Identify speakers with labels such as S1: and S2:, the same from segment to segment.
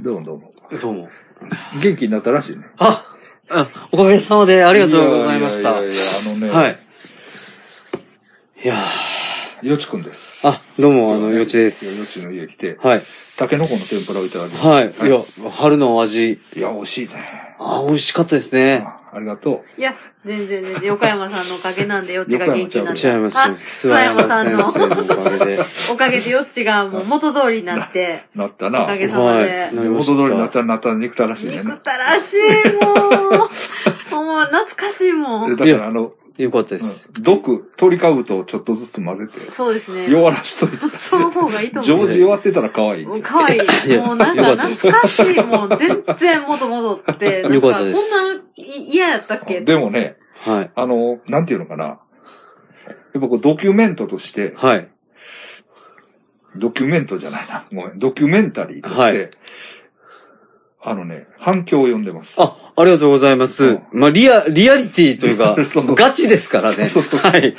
S1: どうもどうも。
S2: どうも。
S1: 元気になったらしいね。
S2: あ、あおかげさまであ
S1: あ
S2: りがとうございました。
S1: いやいやいやあのね、
S2: はい。いや
S1: よちくんです。
S2: ーあ、どうも、あの、よちで
S1: いやよ
S2: す。
S1: ちの家来て、
S2: はい。
S1: タケノコの天ぷらをいただきまし
S2: はい。いや、春のお味。
S1: た。いや、美味しいね。
S2: あ、美味しかったですね。
S1: あありがと
S3: いや、全然全然、横山さんのおかげなんで、よっちが元気になっ
S2: 違い
S3: た。
S2: ます。
S3: あ、
S2: 諏
S3: 諏
S2: 訪
S3: 訪
S2: 山
S3: 山さん
S2: 先
S3: の
S2: 生のおかげで。
S3: おかげでよっちがもう元通りになって、
S1: う。なった
S3: お
S1: な。
S3: かげさま
S2: は
S3: で
S2: い。。なりま
S1: 元
S2: した。
S1: 通りになったらなったら憎たらしいね。
S3: 憎たらしい、もう。もう、懐かしいも
S1: で
S3: ん。
S1: だからあの、
S2: よかったです。
S1: うん毒、鳥かぶとをちょっとずつ混ぜて、
S3: そうですね。
S1: 弱らしといて、
S3: その方がいいと
S1: 常
S3: 思。。
S1: 時弱ってたら可愛いう
S3: かわい
S2: い
S3: い。
S2: や
S3: もうなん
S2: よ
S3: か
S2: かったです
S3: 懐かしい。もう全然元戻って。なん
S2: よか
S3: か
S2: っ
S3: こ
S2: たで
S3: んな
S2: す
S3: い嫌やったっけ
S1: でもね、
S2: はい。
S1: あの、なんていうのかな。やっぱこうドキュメントとして、
S2: はい。
S1: ドキュメントじゃないな。ごめん。ドキュメンタリーとして、
S2: はい
S1: あのね、反響を呼んでます。
S2: あ、ありがとうございま
S1: う
S2: す
S1: ん。、
S2: まあ、リア、リアリティというか
S1: そう
S2: ガチですからね。
S1: そうそうそう
S2: はい。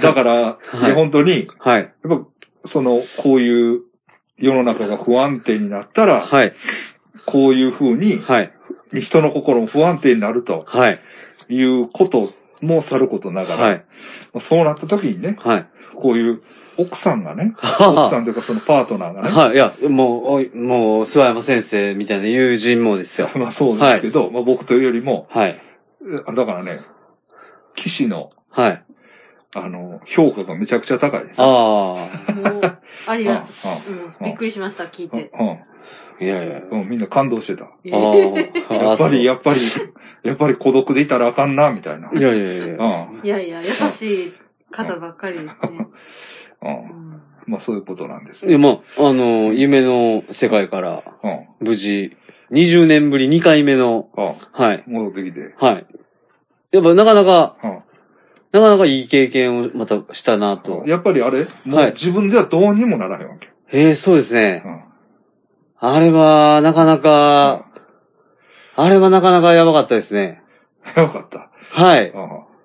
S1: だから、
S2: はい
S1: で本当に、
S2: はい。
S1: やっぱ、その、こういう世の中が不安定になったら、
S2: はい。
S1: こういう風に、
S2: はい。
S1: 人の心も不安定になると
S2: はい。
S1: いうこともさることながら、
S2: はい。
S1: そうなった時にね、
S2: はい。
S1: こういう奥さんがね、奥
S2: は
S1: さんというかそのパートナーがね、
S2: はい。いや、もう、おいもう、諏訪山先生みたいな友人もですよ。
S1: まあそうですけど、まあ僕というよりも、
S2: はい。
S1: あだからね、騎士の、
S2: はい。
S1: あの、評価がめちゃくちゃ高いです。
S2: あ
S3: もう、ありだ。うん
S1: うん
S3: びっくりしました、聞いて。
S1: うん
S2: あ。いやいや。
S1: うん、うん、みんな感動してた。
S2: ああ。
S1: や
S2: や
S1: っぱ り、やっぱり、やっぱり孤独でいたらあかんな、みたいな。う
S2: いやいやいやいや。
S1: ん、
S3: いやいや、優しい方ばっかりですね。
S1: うん
S3: う。ん
S1: まあそういうことなんです
S2: いや、
S1: よ。
S2: まあ、あの、夢の世界から、
S1: うん。
S2: 無事、20年ぶり2回目の、
S1: あ
S2: はい。
S1: 戻ってきて。
S2: はい。やっぱ、なかなか、
S1: うん
S2: なかなかいい経験をまたしたなと。
S1: やっぱりあれも
S2: は
S1: う
S2: い
S1: 自分ではどうにもならへんわけ。
S2: ええそうですね
S1: う。ん。
S2: あれは、なかなか、あれはなかなかやばかったですね。
S1: よかった。
S2: はい。
S1: う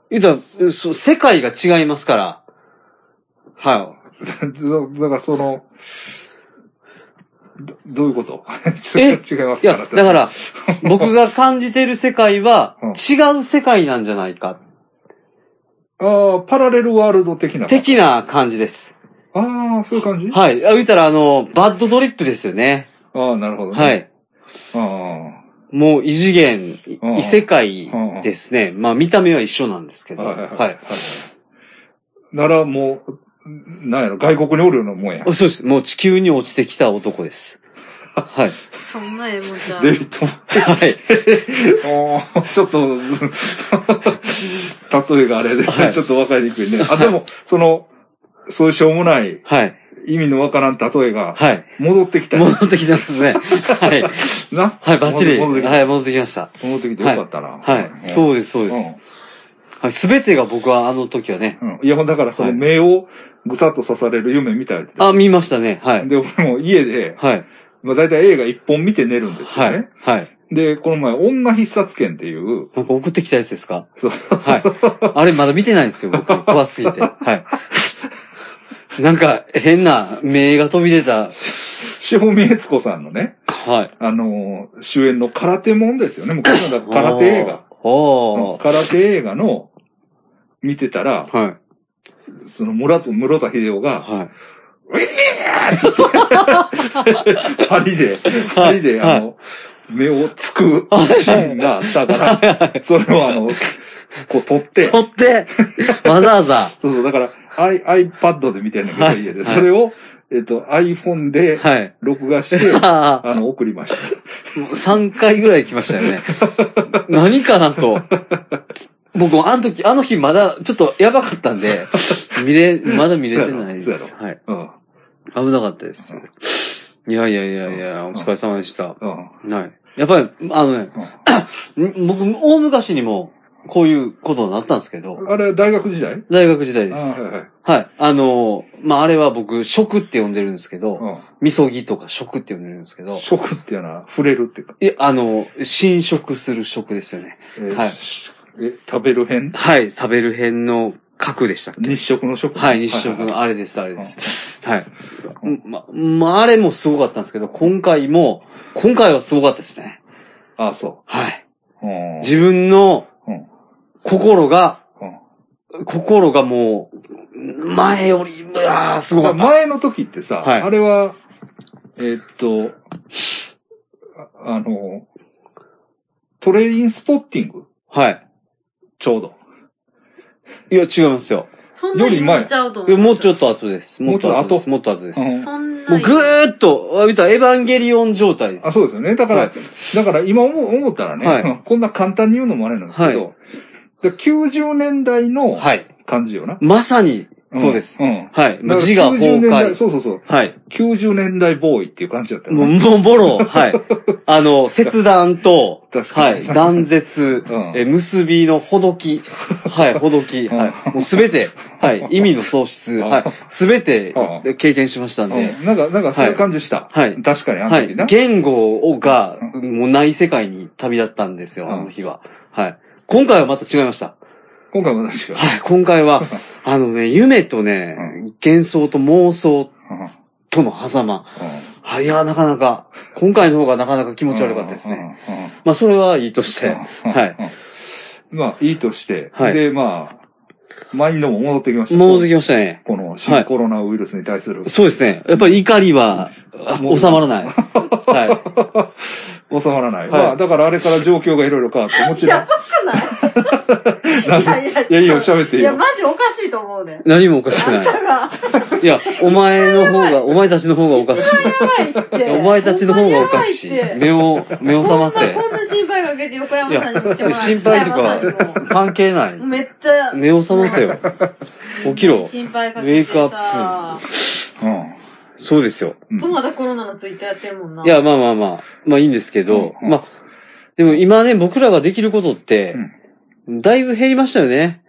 S2: 言うたら、そう世界が違いますから。は
S1: ん。だだからその、どどういうことちょ
S2: え
S1: っと違います
S2: い。いや、
S1: から
S2: だから、僕が感じてる世界は
S1: うん、
S2: 違う世界なんじゃないか。
S1: ああ、パラレルワールド的な。
S2: 的な感じです。
S1: ああ、そういう感じ
S2: はい。あ言うたら、あの、バッドドリップですよね。
S1: ああ、なるほどね。
S2: は。い。
S1: あ
S2: もう異次元、
S1: うん
S2: 異世界ですね。まあ見た目は一緒なんですけ
S1: あ。
S2: ど。
S1: はいはいはい。
S2: はい。
S1: ならもう、なんやろ、外国におるようなもんや
S2: あ。そうです。もう地球に落ちてきた男 です。はい。
S3: そんなえもんじゃ。
S1: デビッドも
S2: はい。
S1: おーちょっ と、例えがあれで、
S2: はい
S1: ちょっとわかりにくいね。あ、でも、その、そういうしょうもない、
S2: はい。
S1: 意味のわからん例えが、
S2: はい。
S1: 戻ってきたよ。
S2: 戻ってきてますね。はい。
S1: な
S2: はい、バッチリ。
S1: 戻ってきた。
S2: はい、戻ってきました。
S1: 戻ってきてよかったな。
S2: はい。そうです、そ
S1: う
S2: うです。はい。すべてが僕はあの時はね。
S1: んうん。いや、だからその
S2: はい
S1: 目をぐさっと刺される夢見たやつ
S2: あ、見ましたね。はい。
S1: で、俺も家で、
S2: はい。
S1: まあ大体映画一本見て寝るんです
S2: は
S1: よ
S2: い
S1: ね。。
S2: はい。
S1: で、この前、女必殺剣っていう、
S2: なんか送ってきたやつですか
S1: そう
S2: はい。あれまだ見てないんですよ、僕。怖すぎて。はい。なんか変な目が飛び出た。
S1: 志保美悦子さんのね、
S2: はい。
S1: あのー主演の空手もんですよね。昔のだから空手映画。
S2: おー。お
S1: 空手映画の、見てたら、
S2: ーはい。
S1: その村と室田秀夫が、
S2: はい。
S1: 針で、針で、あの、目をつくシーンがあったから、それをあの、こう撮って、
S2: 取って、わざわざ。
S1: そうそう、だから、I、iPad で見てんだけど、
S2: はい
S1: 家で。
S2: はい
S1: それを、えっと、iPhone で
S2: はい。
S1: 録画 して、
S2: あ
S1: あの、送りました。
S2: あ、もう3回ぐらい来ました よね。何かなと。僕もあの時、あの日まだちょっとやばかったんで、見れ、まだ見れてないで
S1: そうやろ
S2: す。はい。
S1: うん。
S2: 危なかったです。いやいやいやいや、お疲れ様でした。は
S1: うん。
S2: い。やっぱり、あのね、ん 僕、大昔にも、こういうことになったんですけど、
S1: あれ、大学時代
S2: 大学時代
S1: あ
S2: で
S1: はい
S2: す。
S1: はい。
S2: はい。あのー、まあ、あれは僕、食って呼んでるんですけど、
S1: う
S2: みそぎとか食って呼んでるんですけ
S1: ん。
S2: ど、
S1: 食っていうのは、触れるっていうか、
S2: え、あの、侵食する食ですよね。
S1: えー
S2: はい
S1: しえ食べる辺
S2: はい、食べる辺の核でしたっけ
S1: 日食の食
S2: はい、日食の、あれです、あれです。はい。ま、ま、あれもすごかったんですけど、今回も、今回はすごかったですね。
S1: あ、そ
S2: はい。
S1: う。うん
S2: 自分の
S1: うん
S2: 心が
S1: うん、
S2: 心がもう、前より、うわーすごかった。
S1: 前の時ってさ、
S2: はい
S1: あれは、えーっと、ああの、トレインスポッティング
S2: はい。
S1: ちょうど。
S2: いや、違いますよ。
S3: そんなに言っちゃうと
S2: い
S3: 思
S2: や
S3: う。
S2: もうちょっと後です。もっと後です。もっと後です。も
S1: うん
S3: そんな
S2: うぐーっと、あ見たエヴァンゲリオン状態です。
S1: あそうですよね。だから、
S2: はい
S1: だから今思う思ったらね、
S2: は
S1: こんな簡単に言うのもあれなんですけど、
S2: は
S1: で90年代の
S2: はい。
S1: 感じよな。
S2: まさに、そうです。
S1: ん。うん
S2: は
S1: だ
S2: い。
S1: から
S2: 自我崩
S1: 90年代
S2: 壊。
S1: そうそうそう。
S2: はい。
S1: 90年代ボーイっていう感じだったよ
S2: もう、
S1: ね。
S2: もう、ボロ、はい。あの、切断と、
S1: 確
S2: は
S1: か
S2: い、
S1: に
S2: 断絶、
S1: うん
S2: え結びのほどき、はい、ほどき、
S1: うん
S2: はい、もうすべて、はい、意味の喪失、
S1: うん
S2: はい、すべて
S1: う
S2: 経験しましたんで、
S1: うんなんか、なんかそういう感じした。
S2: はい
S1: 確かにあの
S2: は
S1: 時
S2: い
S1: な。、
S2: 言語をが、
S1: う
S2: もうない世界に旅立ったんです
S1: う
S2: よ、
S1: ん
S2: あの日は。はい。今回はまた違いました。
S1: 今回も私は。
S2: はい、今回は、あのね、夢とね、幻想と妄想
S1: うんうん
S2: との狭間。はい、いや、なかなか、今回の方がなかなか気持ち悪かったですね。
S1: うん。うん
S2: まあ、それはいいとして。
S1: うん
S2: はい。
S1: うんまあ、いいとして、
S2: はい
S1: で、まあ、マインドも戻ってきました。
S2: 戻ってきましたね。
S1: この新コロナウイルスに対する、
S2: そうですね。やっぱり怒りは、あ
S1: もう
S2: 収ま らない。は
S1: 収まらない。
S2: はい
S1: まあ、だからあれから状況がいろいろ変わって、もちろん
S3: や、ばくないいやい
S1: いや、いいよ、
S3: ちょっ
S1: 喋っ
S3: と
S1: てい
S3: い
S1: い
S3: や、
S1: よ。
S3: マジおかしいと思うね。
S2: い。何もおかしく
S3: あ
S2: な
S3: んたら、
S2: い。いや、お前の方が、お前たちの方がおかし
S3: やばいっ
S2: い。
S3: て。
S2: お前たちの方がおかしい
S3: ほんまにやば。って
S2: 目を、目を覚ま
S3: ほん
S2: せ
S3: ま。こんな心配かけて横山さんにしてもらって。
S2: 心配とか
S3: 北山さんに
S2: 関係ない
S3: も。めっちゃ。
S2: 目を覚ませよ。起きろ。
S3: 心配かけてさ。
S2: ウェイクアッ
S1: うん。
S2: そうですよ。
S1: うん
S3: とまだコロナのツイッターやってるもんな。
S2: いや、まあまあまあ。まあいいんですけど、
S1: うん
S2: まあ、でも今ね、僕らができることって、だいぶ減りましたよね。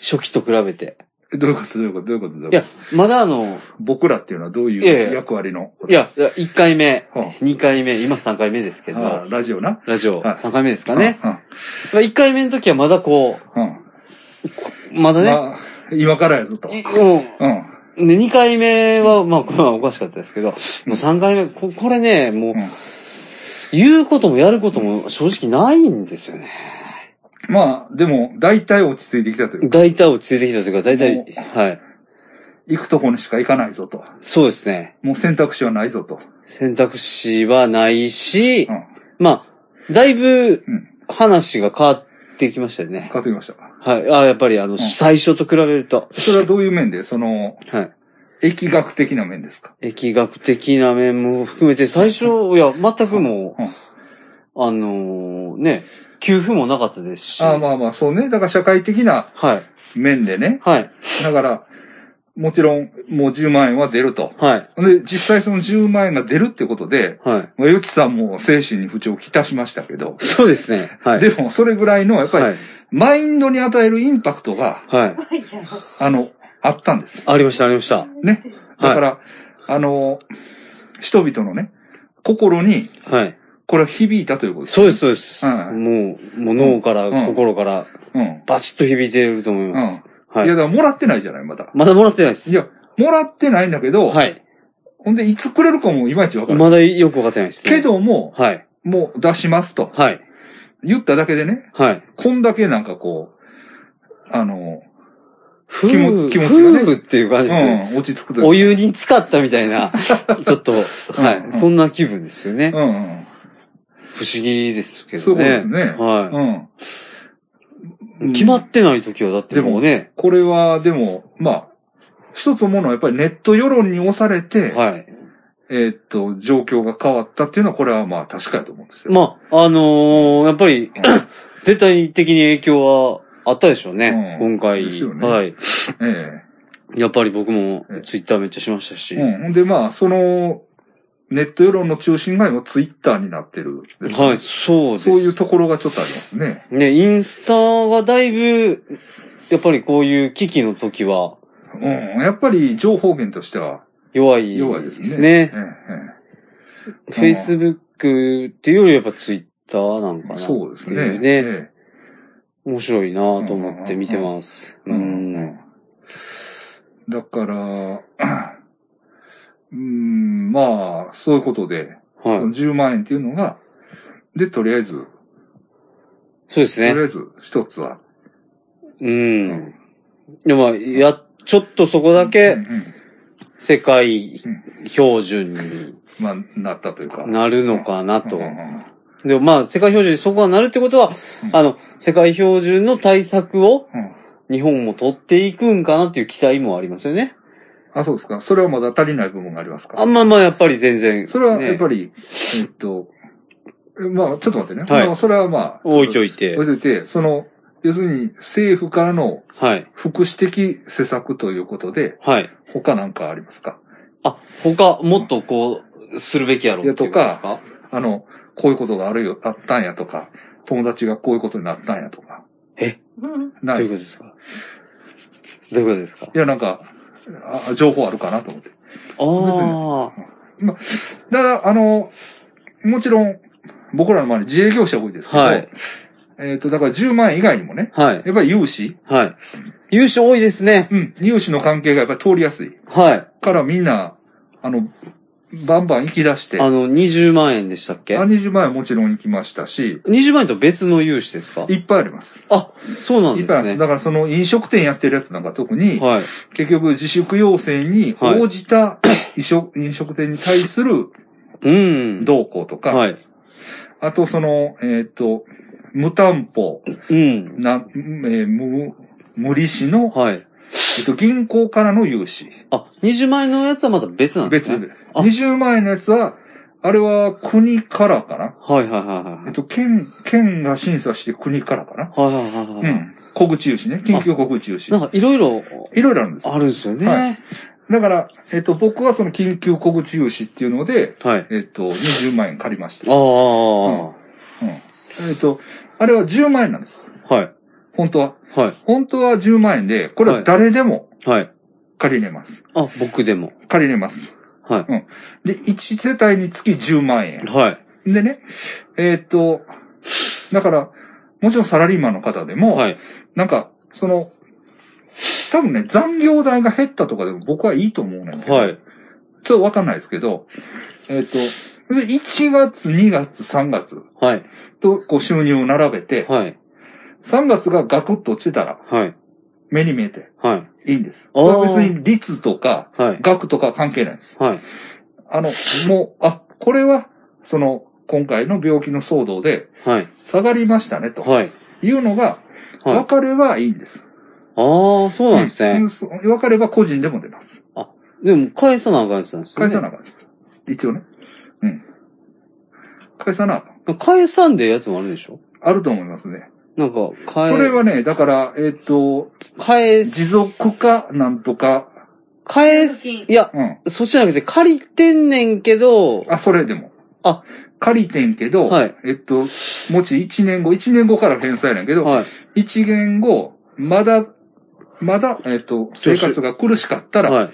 S2: 初期と比べて。
S1: えどういうことどういうことどういうことどういうこと
S2: いや、まだあの、
S1: 僕らっていうのはどう
S2: いやい
S1: い
S2: や
S1: う役割の
S2: いや、いや1回目、
S1: うん
S2: 2回目、今3回目ですけ
S1: あ
S2: ど、
S1: ラジオな。
S2: ラジオ
S1: はい
S2: 3回目ですかね。
S1: うん。
S2: まあ1回目の時はまだこ
S1: うん。
S2: う、まだ
S1: うん
S2: ね、
S1: まあ、今からやぞと。
S2: いうん
S1: うん。
S2: で、2回目は、まあ、これはおかしかったですけど、もう3回目、ここれね、もう
S1: うん、
S2: 言うこともやることも正直ないんですよね。
S1: まあ、でも、大体落ち着いてきたというか、
S2: 大体落ち着いてきたというか、大
S1: も
S2: 体、
S1: う
S2: はい。
S1: 行くとこにしか行かないぞと。
S2: そうですね。
S1: もう選択肢はないぞと。
S2: 選択肢はないし
S1: う、ん。
S2: まあ、だいぶ
S1: うん、
S2: 話が変わってきましたよね。
S1: 買ってきました。
S2: はい。あやっぱりあの、
S1: ん
S2: 最初と比べると、
S1: それはどういう面で、その、
S2: はい。
S1: 疫学的な面ですか
S2: 疫学的な面も含めて、最初、いや、全くも
S1: うん
S2: う、あのーね、給付もなかったですし。
S1: ああまあまあ、そうね。だから社会的な
S2: はい。
S1: 面でね。
S2: はい。
S1: だから、もちろん、もう10万円は出ると。
S2: はい。
S1: で、実際その10万円が出るってことで、
S2: はい。
S1: まあゆきさんも精神に不調をきたしましたけど、
S2: そうですね。はい。
S1: でもそれぐらいの、やっぱり、
S2: はい。
S1: マインドに与えるインパクトが、
S2: はい。
S3: ばいやろ。
S1: あの、あったんです。
S2: ありました、ありました。
S1: ね。
S2: はい
S1: だから、あの、人々のね、心に、
S2: はい。
S1: これは響いたということです。
S2: そうです、そうです。
S1: はい
S2: もう、もう脳から、
S1: うん
S2: 心から、
S1: うん。
S2: バチッと響いてると思います。はい
S1: や、
S2: い。
S1: だからもらってないじゃない、まだ。
S2: まだもらってないです。
S1: いや、もらってないんだけど、
S2: はい。
S1: ほんで、いつくれるかもいまいちわからない。
S2: まだよくわかってないです、ね。
S1: け。ども、
S2: はい。
S1: もう出しますと。
S2: はい。
S1: 言っただけでね、
S2: はい。
S1: こんだけなんかこう、あの、
S2: 夫
S1: 気
S2: 婦、
S1: も気持ちがね
S2: 夫婦っていう感じですね。
S1: うん、落ち着くという
S2: お湯に浸かったみたいな、 ちょっと、はい、
S1: うん
S2: そんな気分ですよね。
S1: うんうん。
S2: 不思議ですけ
S1: そうい
S2: ど
S1: うことで
S2: ね
S1: す。ね。
S2: は
S1: うん。
S2: い。決まってない時はだってもうね、
S1: これは、でも、まあ、一つものはやっぱりネット世論に押されて、
S2: はい。
S1: えーっと、状況が変わったっていうのは、これはまあ確かやと思うんですよ。
S2: まあ、あのーやっ ぱり、絶対的に影響はあったでしょうね、
S1: うん
S2: 今回、
S1: ですよね
S2: はい。
S1: え
S2: やっぱり僕も
S1: ええ
S2: ツイッターめっちゃしましたし、
S1: えうん。ほんで、まあ、その、ネット世論の中心が今ツイッターになってるですね
S2: はい、そうです。
S1: そういうところがちょっとありますね。
S2: ね、インスタがだいぶ、やっぱりこういう危機の時は
S1: うん。やっぱり情報源としては
S2: 弱い
S1: 弱いですね。
S2: ですね
S1: え。え
S2: フェイスブックっていうよりやっぱツイッターなん
S1: え
S2: か
S1: え
S2: な。
S1: そうですね。
S2: ね。
S1: え
S2: 面白いなぁと思って見てます。う
S1: うん
S2: ん。
S1: だから、 うん、まあ、そういうことで、
S2: はい
S1: その。10万円っていうのが、で、とりあえず、
S2: そうです
S1: とり
S2: ね。
S1: あえず一つは。
S2: うん。でも、や、ちょっとそこだ
S1: う
S2: け
S1: んうん
S2: 世界標準に
S1: まあ、なったというか。
S2: なるのかなと
S1: うん。うんうん
S2: でもまあ、世界標準にそこがなるってことは、
S1: うん
S2: あの、世界標準の対策を
S1: うん
S2: 日本も取っていくんかなっていう期待もありますよね。
S1: あ、そうですか。それはまだ足りない部分がありますか
S2: あんまあまあ、やっぱり全然。
S1: それはやっぱ
S2: り。
S1: り、えっと、えまあ、ちょっと待ってね。
S2: はい
S1: まあそれはまあ、
S2: 置いといて
S1: 置。いといて、その、要するに政府からの
S2: はい。
S1: 福祉的施策ということで、
S2: はい。
S1: 他なんかありますか
S2: あ、他、もっとこう、するべきやろっていうことですか
S1: あの、こういうことがあるよ、あったんやとか、友達がこういうことになったんやとか。
S3: うん
S1: な
S2: ど
S1: い。
S2: うい
S1: い
S2: うことですかどういうことですか
S1: や、なんか、あ情報あるかなと思って。
S2: ああ。
S1: だから、あの、もちろん、僕らの周り自営業者多いですけど、
S2: はい。
S1: えっと、だから10万円以外にもね、
S2: はい。
S1: やっぱり融資
S2: はい。優勝多いですね。
S1: うん。融資の関係がやっぱり通りやすい。
S2: はい。
S1: からみんな、あの、バンバン行き出して、
S2: あ
S1: あ
S2: の、20万円でしたっけ
S1: 20万円もちろん行きましたし、
S2: ?20 万円と別の融資ですか
S1: いっぱいあります。
S2: あ、そうなん
S1: い
S2: で
S1: っぱいあ
S2: す
S1: ります。
S2: ね。
S1: だからその飲食店やってるやつなんか特に、
S2: はい。
S1: 結局自粛要請に応じ た飲食飲食店に対する
S2: うん。
S1: 動向とか、
S2: はい。
S1: あとその、えっ、と、無担保、
S2: うん。
S1: な、えー無、無利子の、
S2: はい。
S1: えっと、銀行からの融資。
S2: あ、20万円のやつはまた別なんで
S1: 別
S2: すね。
S1: で。
S2: あ
S1: 20万円のやつは、あれは国からかな
S2: はいはいはいはい
S1: えっと、県、県が審査して国からかな。
S2: はいはいはいはい。
S1: うん。小口融資ね。緊急小口融資
S2: な。んかいろいろ
S1: いろいろあるんです。
S2: あるんですよね。
S1: はいだから、えっと、僕はその緊急小口融資っていうので、
S2: はい。
S1: えっと、20万円借りました。
S2: ああ。
S1: うん。えっと、あれは10万円なんです。
S2: はい。
S1: 本当は。
S2: は
S1: 本当は10万円で、これは誰でも
S2: い。はい。
S1: 借りれます。
S2: あ、僕でも。
S1: 借りれます。
S2: は
S1: で、1世帯につき10万円
S2: い。。は
S1: でね、えっと、だから、もちろんサラリーマンの方で
S2: い。
S1: も、
S2: はい。
S1: なんか、その、多分ね、残業代が減ったとかでも僕はいいと思うねんけど、
S2: はい。
S1: ちょっとわかんないですけど、えっ、と、で1月、2月、3月
S2: はい。
S1: とこう収入を並べて、
S2: はい。
S1: 3月がガクッと落ちたら
S2: はい。
S1: 目に見えて
S2: はい。
S1: いいんです。
S2: あー
S1: それは別に率とか
S2: はい。
S1: 額とか関係ないです。
S2: はい。
S1: あの、もう、あ、これは、その、今回の病気の騒動で
S2: はい。
S1: 下がりましたね、と
S2: はい。
S1: いうのが、
S2: はい。
S1: 分かればいいんです。
S2: ああ、そうなんです
S1: う
S2: ね
S1: ん。そう分かれば個人でも出ます。
S2: でも、返さなあかんやつなんですよ
S1: 返
S2: ね。
S1: さなあかんです。一応ね。うん。返さなあかん。
S2: 返さんでやつもあるでしょ
S1: あると思いますね。
S2: なんか、返、
S1: それはね、だから、えっ、と、
S2: 返す
S1: 持続化なんとか、
S2: 返 す、
S3: 返金
S2: いや、
S1: うん。
S2: そっちじゃなくて、借りてんねんけど、
S1: あ、それでも。
S2: あ、
S1: 借りてんけど、
S2: はい
S1: えっと、もち1年後、1年後から返済やねんけど、
S2: はい。
S1: 1年後、まだ、まだ、えっと、生活が苦しかったら、
S2: はい。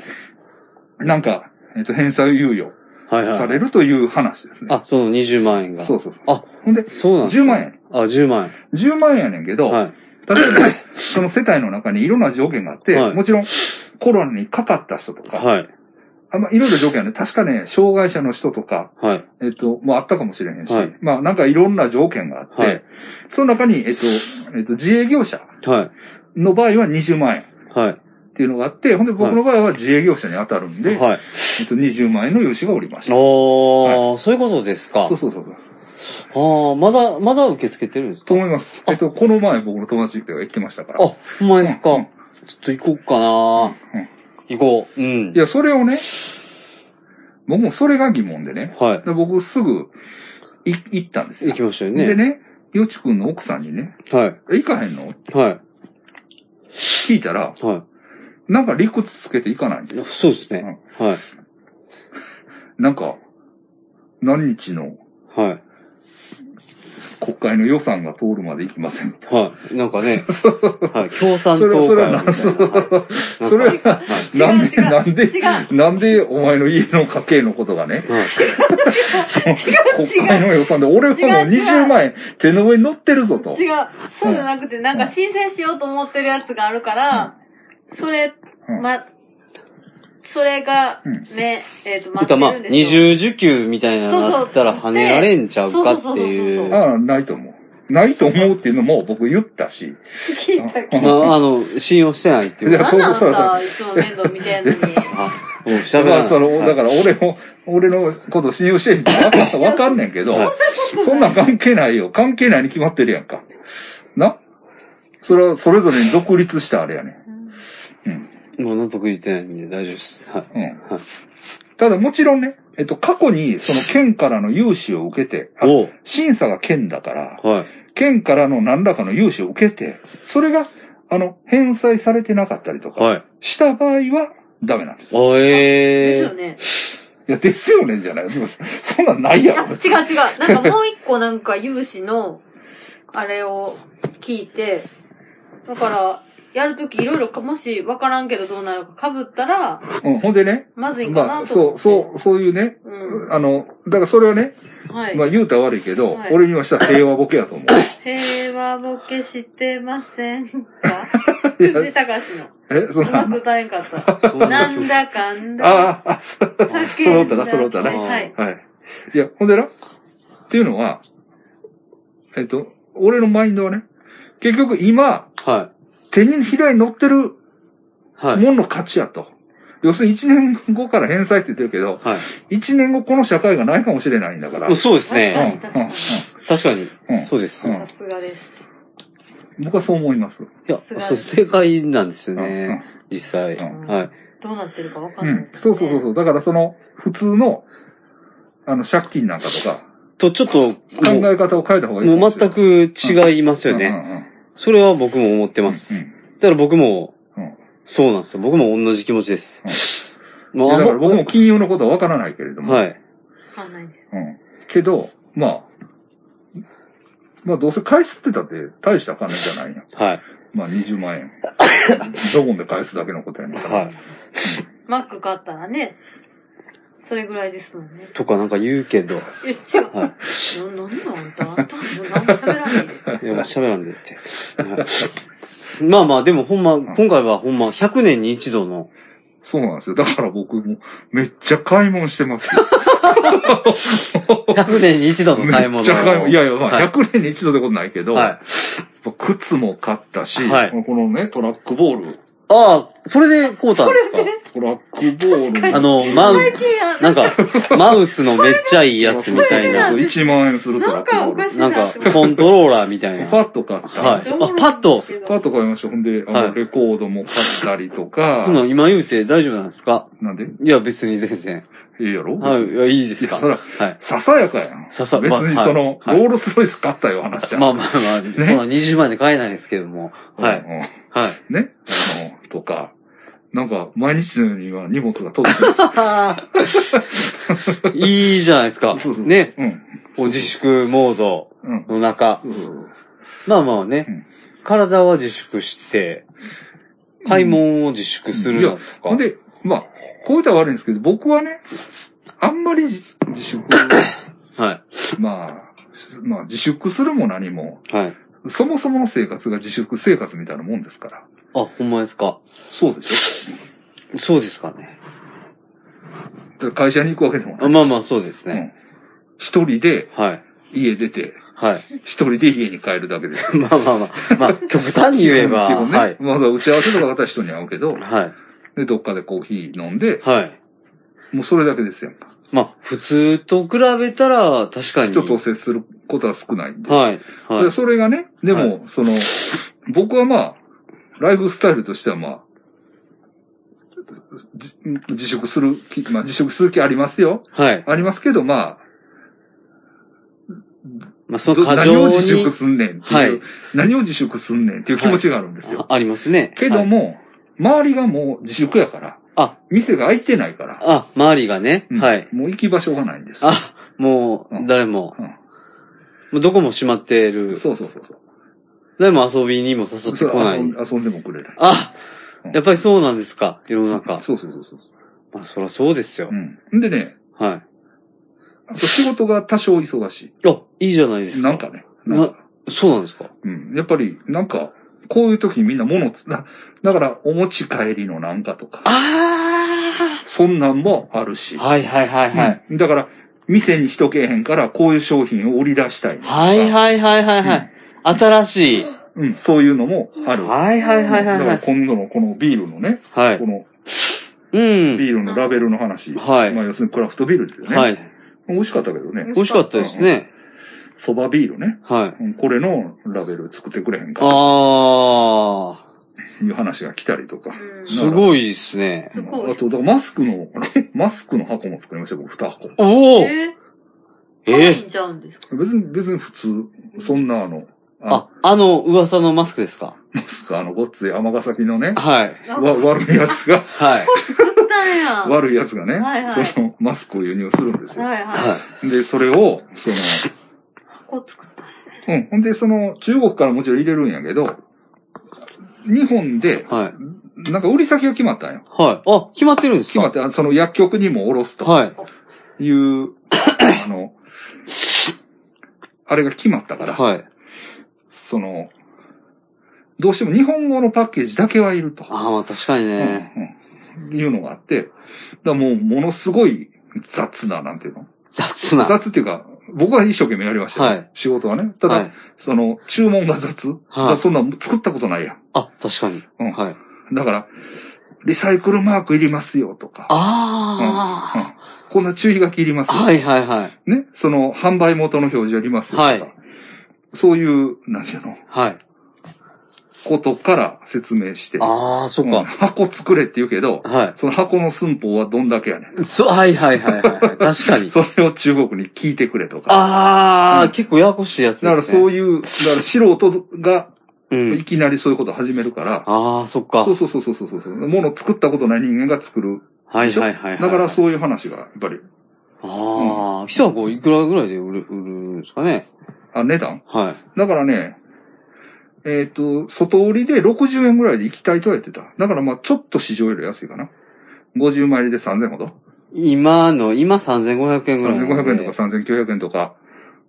S1: なんか、えっと、返済猶予
S2: はい
S1: さ
S2: はい。
S1: れるという話ですね。
S2: あ、その20万円が。
S1: そうそうそう。
S2: あ、
S1: ほんで、
S2: そうなんです
S1: 10万円。
S2: あ、10万
S1: 10万円やねんけど、
S2: 円。はい。
S1: 例えば、 その世帯の中にいろんな条件があって、
S2: はい
S1: もちろんコロナにかかった人とか、
S2: はい。
S1: あんまいろいろ条件あるね。確かね、障害者の人とか、
S2: はい。
S1: えっと、もうあったかもしれへんし、
S2: はい
S1: まあなんかいろんな条件があって、
S2: はい
S1: その中に、えっと、えっと、自営業者
S2: はい。
S1: の場合は20万円
S2: はい。
S1: っていうのがあって、ほんで僕の場合は自営業者に当たるんで、
S2: はい。
S1: えっと、20万円の融資がおりました。
S2: おー、そういうことですか。
S1: そうそうそうそう。
S2: ああ、まだ、まだ受け付けてるんです
S1: と
S2: か
S1: 思います。
S2: あ
S1: えっと、この前僕の友達が言ってましたから。
S2: あ、ほんまですか。
S1: うん
S2: ちょっと行こうかな、行こう。うん
S1: い。や、それをね、僕もそれが疑問でね、
S2: はい。
S1: で僕すぐい行ったんですよ
S2: 行き。ましたよ
S1: で
S2: ね。
S1: ね、よちくんの奥さんにね、
S2: はい。
S1: 行かへんの
S2: は
S1: 聞いたら、
S2: い。は
S1: なんか理屈つけて行かないんですよ
S2: い。そうですね。はい。
S1: なんか、何日の
S2: はい。
S1: 国会の予算が通るまで行きませんみたい
S2: はい。なんかね、はい。共産
S1: それ
S2: 党
S1: は
S2: 会
S1: それは
S2: みたいな。はい
S1: な。それ
S2: なんか
S1: は、な
S2: はい
S1: んで、
S3: 違う
S1: なんで、
S3: 違う。
S1: なんでお前の家の家計のことがね、
S2: はい
S1: 国会の予算で、俺はもう
S3: 違う違う
S1: 20万円手の上に乗ってるぞと。
S3: 違う。そうじゃなくて、なんか申請しようと思ってるやつがあるから、それ、
S1: うん
S3: ま、それが
S1: うん、
S3: ね、えっと、待
S2: 歌、ま
S3: って
S2: あ、
S3: るんですよ。
S2: 20受給みたいなのあったら跳ねられんちゃうかって
S3: そうそうそうそうそうそう
S2: いう。あ
S1: ああ、ないと思う。ないと思うっていうのも僕言ったし。
S3: 聞いたけど。
S2: あの、信用してないっていう
S1: いや
S2: か。
S3: なんなん
S1: そうそうそう
S3: さ、いつも面倒見てんのに。
S2: あ、もう
S1: だ
S2: 喋
S1: からら、
S2: ない。
S1: その、
S2: はい
S1: だから俺も、俺のこと信用してんって分かった、分かんねんけど、
S2: はい
S1: そんなん関係ないよ。関係ないに決まってるやんか。なそれは、それぞれに独立したあれやね。
S2: もう納得いってないんで大丈夫です。はい。
S1: うん
S2: はい。
S1: ただ、もちろんね、えっと、過去に、その県からの融資を受けて、あ
S2: おう
S1: 審査が県だから、
S2: はい。
S1: 県からの何らかの融資を受けて、それが、あの、返済されてなかったりとか、
S2: はい。
S1: した場合は、ダメなんです。
S2: あ、
S3: で
S2: え
S3: す
S2: え
S3: よね。
S1: いや、ですよねんじゃない そそんなんないや
S3: あ、
S1: ろ。
S3: 違う違う。なんかもう一個なんか有志の、あれを聞いて、だから、やるときいろいろか、もしわからんけどどうなるか被ったら、
S1: うん、ほんでね、
S3: まずいか
S1: ま
S3: な
S1: あ、
S3: と思
S1: そう、
S3: って。
S1: そう、そういうね、
S3: う。うん。
S1: あの、だからそれはね、
S3: はい。
S1: まあ言うたら悪いけど、
S3: はい
S1: 俺にはしたら平和ボケやと 思う。
S3: 平和ボケしてませんか
S1: いや
S3: 藤井隆の。
S1: え、そうの、
S3: ま
S1: あ
S3: く
S1: の
S3: 歌えんかった。
S2: そんな
S3: なん
S2: 曲
S3: だかんだ。
S1: ああ、そう
S3: 叫んだ
S1: 揃ったな、揃った
S3: は
S1: ね。
S3: いはい。
S1: はい。いや、ほんでな、っていうのは、えっと、俺のマインドはね、結局今、
S2: は
S1: 手にひらに乗ってる
S2: い。はい。
S1: もんの価値やと。要するに1年後から返済って言ってるけど、
S2: はい。
S1: 1年後この社会がないかもしれないんだから。
S2: もうそうです
S1: うん、う
S2: ね。
S1: ん、う
S2: 確かに
S1: う。ん
S2: そうです。い
S1: ん
S3: さすがです。
S1: ん。僕はそう思います。
S2: や、そう、正解なんですよね。実際。
S1: うん
S2: はい。
S3: どうなってるかわかん
S1: う
S3: ない、
S1: ん。そうそうそう。そう。だからその、普通の、あの、借金なんかとか、
S2: と、ちょっと、
S1: 考
S2: も、
S1: え方を変えた方がいうい
S2: もう全く違いますよ
S1: うん
S2: ね。
S1: うんうん
S2: それは僕も思って
S1: うんう
S2: ま
S1: ん
S2: す。だから僕も
S1: うん、
S2: そうなんですよ。僕も同じ気持ちです。も
S1: いやだから僕
S2: も
S1: も金融のことはわからないけれども。
S2: はい。
S3: わかんないです。
S1: うん。けど、まあ、まあどうせ返すってたって大した金じゃないやん。
S2: はい。
S1: まあ20万 円。ドボンで返すだけのことやねんから。
S2: はい。
S3: マック買ったらね、それぐらいですもんね。
S2: とかなんか言うけど。
S3: え、違う。
S2: は
S3: な、何があんたあんたもう何も喋らないで。
S2: い。いや、もう喋らんでって。はいまあまあ、でもほんま、今回はほんま、100年に一度の、
S1: そうなんですよ。だから僕もめっちゃ買い物してますよ。
S2: 100年に一度の
S1: め
S2: 買い物を。
S1: っちゃ買い物。いやいや、ま
S2: は
S1: あ
S2: い
S1: 100年に一度ってことないけど、
S2: はい。
S1: 靴も買ったし、
S2: はい
S1: このね、トラックボール。
S2: ああ、それでこうたんですか
S1: トラックボール。
S2: あの、マウ、
S3: 最近あ
S2: なんか、マウスのめっちゃいいやつみたいな
S1: そう。1万円するトラックボー
S3: なんかおかし
S1: ル。
S3: い
S2: なんか、コントローラーみたい
S1: パ
S2: な。
S1: ッと買った。
S2: はい
S3: めっちゃおもろい
S2: あパッと
S3: けど
S1: パッと買いました。ほんで、あの、
S2: はい
S1: レコードも買ったりとか
S2: そ、の今言うて大丈夫なんですか
S1: なんで
S2: いや、別に全然。
S1: ええやろ
S2: はい、いやいいで
S1: い
S2: す
S1: や、
S2: か
S1: そ
S2: は
S1: ら、
S2: い。
S1: ささやかやん。
S2: ささ
S1: 別に
S2: まあ
S1: その、
S2: はい
S1: ロールスロイス買ったよ話じゃん。
S2: まあまあまあ、そんな20万円で買えないですけども。は
S1: う
S2: い。
S1: んうん
S2: はい。
S1: ねあの、とか、なんか、毎日のようには荷物が届く。
S2: いいじゃないですか。
S1: そうそう
S2: ね。
S1: うん。
S2: お自粛モード
S1: うん。
S2: の中。
S1: そうそうそう
S2: まあまあね。
S1: うん
S2: 体は自粛して、買い物を自粛するだとか。
S1: ほんで、まあ、こういうとは悪いんですけど、僕はね、あんまり自自粛、
S2: は
S1: まあ、しまあ、自粛するも何も、
S2: い。はい。
S1: そもそもの生活が自粛生活みたいなもんですから。
S2: あ、ほんまですか。
S1: そうでしょ
S2: そうですかね。
S1: だから会社に行くわけでもない。
S2: あまあまあ、そうです
S1: うん
S2: ね。
S1: 一人で
S2: はい。
S1: 家出て、
S2: はい。
S1: 一人で家に帰るだけです。
S2: まあまあまあ。 まあ、極端に言えば。
S1: 基本ね、
S2: はい。
S1: まだ打ち合わせとかだったら人に会うけど、
S2: はい。
S1: で、どっかでコーヒー飲んで、
S2: はい。
S1: もうそれだけですやんか。
S2: まあ、普通と比べたら、確かに。
S1: 人と接することは少ないんで。
S2: はい。は
S1: で
S2: い。
S1: それがね、でも、
S2: は
S1: その、僕はまあ、ライフスタイルとしてはまあ、じ自粛する気、まあ自粛する気ありますよ。
S2: はい。
S1: ありますけど、まあ、
S2: まあ、そ
S1: ど
S2: の過
S1: 何を
S2: 剰
S1: 自粛
S2: に。
S1: すんねんっていう、
S2: はい
S1: 何を自粛すんねんっていう気持ちがあるんですよ。
S2: あありますね。
S1: けど
S2: はい
S1: も、周りがもう自粛やから、
S2: あ、
S1: 店が開いてないから、
S2: あ、周りがね。
S1: うん
S2: はい。
S1: もう行き場所がないんです。
S2: あ、もう、誰も
S1: うん。
S2: もうどこも閉まってる。
S1: そうそうそうそう。
S2: でも遊びにも誘ってこない
S1: 遊。ん遊んでもくれない。
S2: あやっぱりそうなんですか、世の中。
S1: そうそうそうそう。
S2: まあそらそうですよ
S1: う。ん。んでね、
S2: は
S1: あと仕事が多少忙し
S2: い。あ、いいじゃないです
S1: い。
S2: か。
S1: なんかね。なんか
S2: そうなんですか。
S1: うん。やっぱり、なんか、こういう時にみんな物つ、だだから、お持ち帰りのなんかとか、
S2: あ
S1: そんなんもあるし。
S2: あはいはいはいはい。
S1: うんだから、店にしとけへんから、こういう商品を売り出したい。
S2: はいはいはいはいはい。新しい。
S1: うん。うん、そういうのもある。
S2: はいはいはいは
S1: だ
S2: い
S1: か
S2: は
S1: ら
S2: い。
S1: 今度のこのビールのね、
S2: は
S1: こ
S2: い。
S1: の
S2: う
S1: ビ
S2: ん。
S1: ールのラベルの話。
S2: はい
S1: まあ要するにクラフトビールですよね。
S2: はい。
S1: 美味しかったけどね。
S2: 美味しかったですね。
S1: そばビールね。
S2: はい。
S1: うんこれのラベル作ってくれへんかと
S2: あ
S1: いう話が来たりとか。
S3: うん
S2: あ、すごいですね。
S3: すごい
S1: あと、だからマスクの、 マスクの箱も作りましたよ、僕、2箱。
S2: おお
S3: えー、可愛い
S2: え
S3: んちゃうんですか
S1: 別に、別に普通、そんなあの、
S2: あ、あの噂のマスクですか
S1: マスク、あの、ごっつい尼崎のね、
S2: はい。
S3: あ
S1: わ、悪いやつが、
S2: はい。
S3: 作ったんや。は
S1: 悪いやつがね、
S3: はいはい
S1: その、マスクを輸入するんです
S3: い
S1: よ。
S3: はい。
S2: は
S1: で、それを、その、
S3: こう作ったんですね。
S1: うん。ほんで、その、中国からもちろん入れるんやけど、日本で、
S2: い。はい。
S1: なんか売り先が決まったんよ。
S2: はい。あ、決まってるんです
S1: 決
S2: か
S1: まって、あその薬局にもおろすと。
S2: はい。
S1: いう、あの、あれが決まったから、
S2: はい。
S1: その、どうしても日本語のパッケージだけはいると。
S2: ああ、まあ確かにね。
S1: うんうんいうのがあって、だからもうものすごい雑な、なんていうの
S2: 雑な。
S1: 雑っていうか、僕は一生懸命やりましたよ。
S2: はい
S1: 仕事はね。ただ、
S2: はい。
S1: その、注文が雑。だからそんな作ったことないやん。
S2: あ、確かに。
S1: うん
S2: はい。
S1: だから、リサイクルマークいりますよとか、
S2: あ
S1: こんな注意書きいります
S2: あ。
S1: よ、
S2: はいはいはい。
S1: ね、その販売元の表示ありますよとか、
S2: はい
S1: そういう、なんていうの、
S2: はい。
S1: ことから説明して、
S2: ああ、そっ
S1: うん
S2: か。
S1: 箱作れって言うけど、
S2: は
S1: その箱の寸法はどんだけやね
S2: い。そう、はいはいはいは いはい。確か
S1: ん。
S2: に。
S1: それを中国に聞いてくれとか。
S2: あ
S1: う
S2: あ、
S1: ん
S2: 結構ややこしいやつですね。
S1: だからそういう、だから素人が
S2: う
S1: い
S2: ん。
S1: きなりそういうことを始めるから、
S2: ああ、そっか。
S1: そうそうそうそうそうそう。もの作ったことない人間が作る。
S2: はいはいはいはい。
S1: だからそういう話が、やっぱり、
S2: ああ、一箱いくらぐらいで売る、売るんですかね。
S1: あ、値段
S2: はい。
S1: だからね、えっ、と、外売りで60円ぐらいで行きたいとは言ってた。だからまあちょっと市場より安いかな。50枚入りで3000ほど。
S2: 今の、今3500円ぐらいなんで。
S1: 3500円とか3900円とか、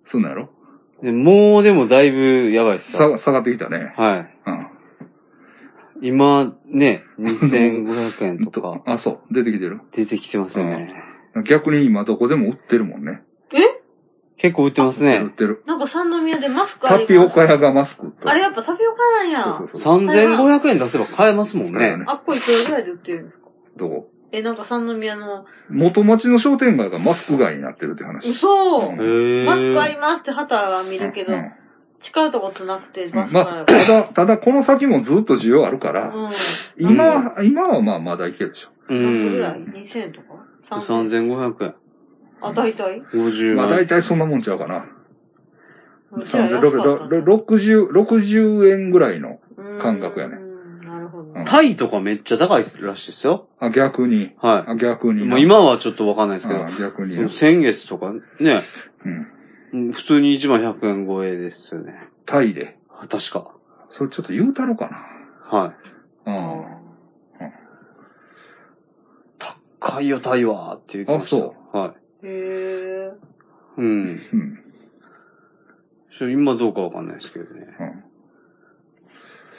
S1: すんのやろ
S2: でもうでもだいぶやばいっす
S1: 下
S2: よ。
S1: が、下がってきたね。
S2: は
S1: うん。
S2: い。今 ね、2500円とか
S1: あ、そう。出てきてる。
S2: 出てきてますよね。
S1: 逆に今どこでも売ってるもんね。
S2: 結構売ってます
S1: 売っ
S2: ね。
S1: てる。
S3: なんか三宮でマスクあ
S1: タ
S3: り
S1: ピオカ屋がマスクと。
S3: あれやっぱタピオカなんや。
S1: そうそうそう。
S2: 3500円出せば買えますもん
S1: だよね。
S2: ね
S3: あっこいくらぐらいで売ってるんですか
S1: どこ
S3: え、なんか三宮の、
S1: 元町の商店街がマスク街になってるって話。
S3: 嘘、
S1: うん
S2: へー
S3: マスクありますって旗は見るけど、
S1: うんうん
S3: 近いとことなくて、マスク
S1: ま
S3: な
S1: あ、
S3: いか。
S1: ただ、ただこの先もずっと需要あるからら、
S3: うん。
S1: 今、今はまあまだいけるでしょ。
S2: う
S3: 何ぐ
S2: ん
S3: らい。?2000 円とか ?3000
S2: 3500円。
S3: あ、大体
S2: 50
S1: まあ大
S2: 万。
S1: 体そんなもんちゃうかな。
S3: うちは安かったんだ
S1: 60、60円ぐらいの、感覚やね
S3: うんなるほど。
S1: うん
S2: タイとかめっちゃ高いらしいですよ。
S1: あ、逆に、
S2: は
S1: あ、逆
S2: い。
S1: にな。
S2: もう今はちょっとわかんないですけど
S1: あ、、逆に
S2: そ
S1: な
S2: の。先月とかね、
S1: うん。
S2: うん普通に1万100円超えですよね。
S1: タイで。
S2: 確か。
S1: それちょっと言うたろかな。
S2: はい。
S1: うん。
S2: 高いよ、タイはって言ってました。。
S1: あそう
S2: は
S3: へえ。
S2: い。うん。
S1: うん。
S2: それ今どうかわかんないですけどね。
S1: うん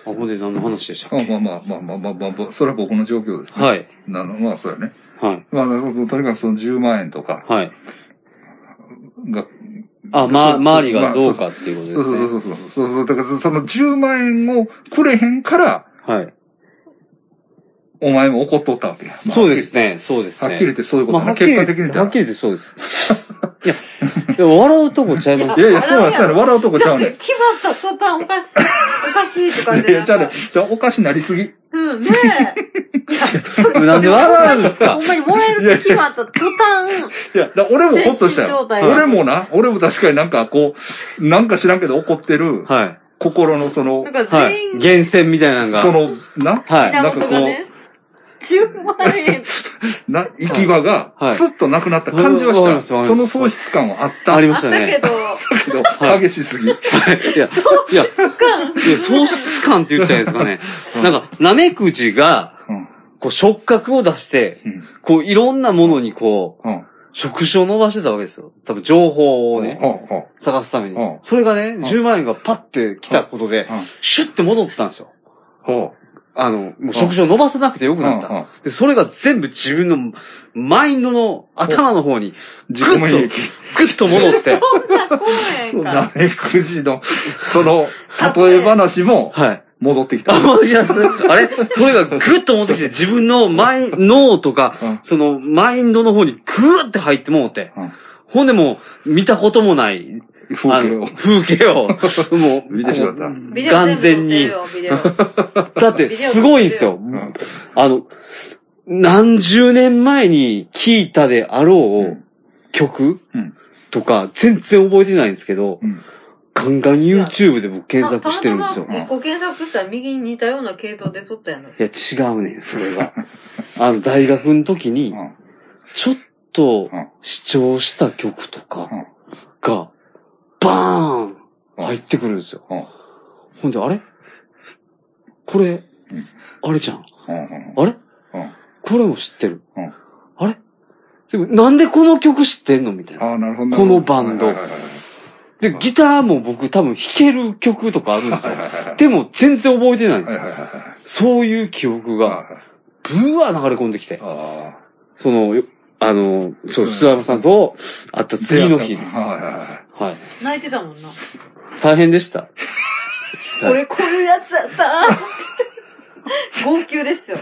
S2: あ、ほんで何の話でしたっ
S1: あ
S2: け
S1: まあまあまあまあまあまあまあ、それは僕の状況ですね。
S2: はい。
S1: なのまあ、そうやね。
S2: はい。
S1: まあ、とにかくその10万円とか
S2: はい。
S1: が、
S2: あ、ま、周りがどう
S1: まあ。
S2: かっていうこと
S1: そうそう
S2: ですね。
S1: そうそうそうそうそう。だからその10万円をくれへんから、
S2: はい。
S1: お前も怒っとったわけや。まあ
S2: そうです。ね。そうです
S1: はっきりはっきり言
S2: ね。
S1: ってそういうこと
S2: まあ、
S1: やな。
S2: はっきり
S1: 結果
S2: 言っ
S1: 的
S2: て、
S1: に
S2: はっきり言ってそうです。いや、いや笑うとこちゃいます
S1: い。やいや、そうなんですよね。笑うとこちゃ
S3: だ
S1: う
S3: っ
S1: ね
S3: て
S1: ん。
S3: 決まった途端おかしい、おかしいとか
S1: いやいや、じゃあね
S3: ね。、
S1: おかしなりすぎ。
S3: うん、ね
S2: なんで笑うんです
S3: え。
S2: か
S3: ほんまに燃えるって決まった途端、
S1: いや、だ俺もほっとした
S3: 精神状
S1: よ。
S3: 態が
S1: 俺もな、俺も確かになんかこう、なんか知らんけど怒ってる
S2: はい。
S1: 心のその
S3: なん、か
S2: は
S3: 全
S2: い。
S3: 員、
S2: 厳選みたいなのが。
S1: その、な、
S2: はい。
S3: 源がね、 10万円。
S1: な、行き場が
S2: はい、
S1: スッとなくなった感じは
S2: わかりま
S1: し
S2: すわ
S1: た。
S2: かり
S1: その
S2: ます
S1: 喪失感はあった
S2: あり
S1: け
S2: ま
S3: あっ
S2: したたね
S3: け。ど、
S1: ど
S2: は、い
S1: 激しすぎ。
S2: いや、いや、いや、喪失感って言ったらいいですかね。なんか、ナメクジが、
S1: うん。
S2: こう、触覚を出して、
S1: うん。
S2: こう、いろんなものにこう、
S1: うん。
S2: 触手を伸ばしてたわけですよ。多分、情報をね、
S1: うんうん
S2: 探すために
S1: うん。
S2: それがね、
S1: ん
S2: 10万円がパッて来たことで
S1: うんうん、
S2: シュッて戻ったんですよ。
S1: ほ
S2: あの、もう触手を伸ばさなくてよ
S1: う。
S2: くなっ
S1: うんう
S2: た。
S1: ん
S2: で、それが全部自分のマインドの頭の方に、
S1: 自己免疫。
S2: グッと戻 って、
S3: そ
S1: そ
S3: ん
S1: う、
S3: な公園
S1: ナメクジの、その、例え話も
S2: はい。
S1: 戻ってきた
S2: あ、。もういやすあれそれがグッと持ってきて、自分のマイ、脳とか、
S1: うん
S2: その、マインドの方にグーって入ってもうて。
S1: うん
S2: ほんでもう、見たこともない、あ
S1: 風景
S2: の、
S1: を。
S2: 風 景を、もう、
S1: 見てしまった
S2: こう
S3: ビデオ
S2: 眼前に。
S3: 全部載ってるよビデ
S2: だって、すごいんですよ。
S1: うん
S2: あの、何十年前に聴いたであろう、
S1: うん
S2: 曲、
S1: うん
S2: とか、全然覚えてないんですけど、
S1: うん
S2: ガンガン YouTube で僕
S3: オ
S2: 検索してるんですよ
S3: た。またまこう検索したら右に似たような系統で撮ったやん。
S2: いや、違うねん、それは。あの、大学の時に
S1: う、ん
S2: ちょっと
S1: うん
S2: 視聴した曲とかが、バーン
S1: うん
S2: 入ってくるんですよ。
S1: うん
S2: ほんで、あれこれ、あれじゃん。
S1: うんうん
S2: あれ
S1: うん
S2: これも知ってる
S1: うん。
S2: あれでも、なんでこの曲知ってんのみたいな。
S1: ああ、なるほどなるほど。
S2: このバンド
S1: はいはいはい
S2: で、ギターも僕多分弾ける曲とかあるんですよ
S1: はいはいはいはい。
S2: でも、全然覚えてないんです
S1: はい
S2: よ。
S1: はいはいはい
S2: そういう記憶が、ブワー流れ込んできて。
S1: ああ。
S2: その、よあの、そう、
S1: そう
S2: 須山さんと会った次の日です。
S1: はいはいはい。
S2: はい。
S3: 泣いてたもんな。
S2: 大変でした。はい
S3: 俺こういうやつやったー号泣ですよ。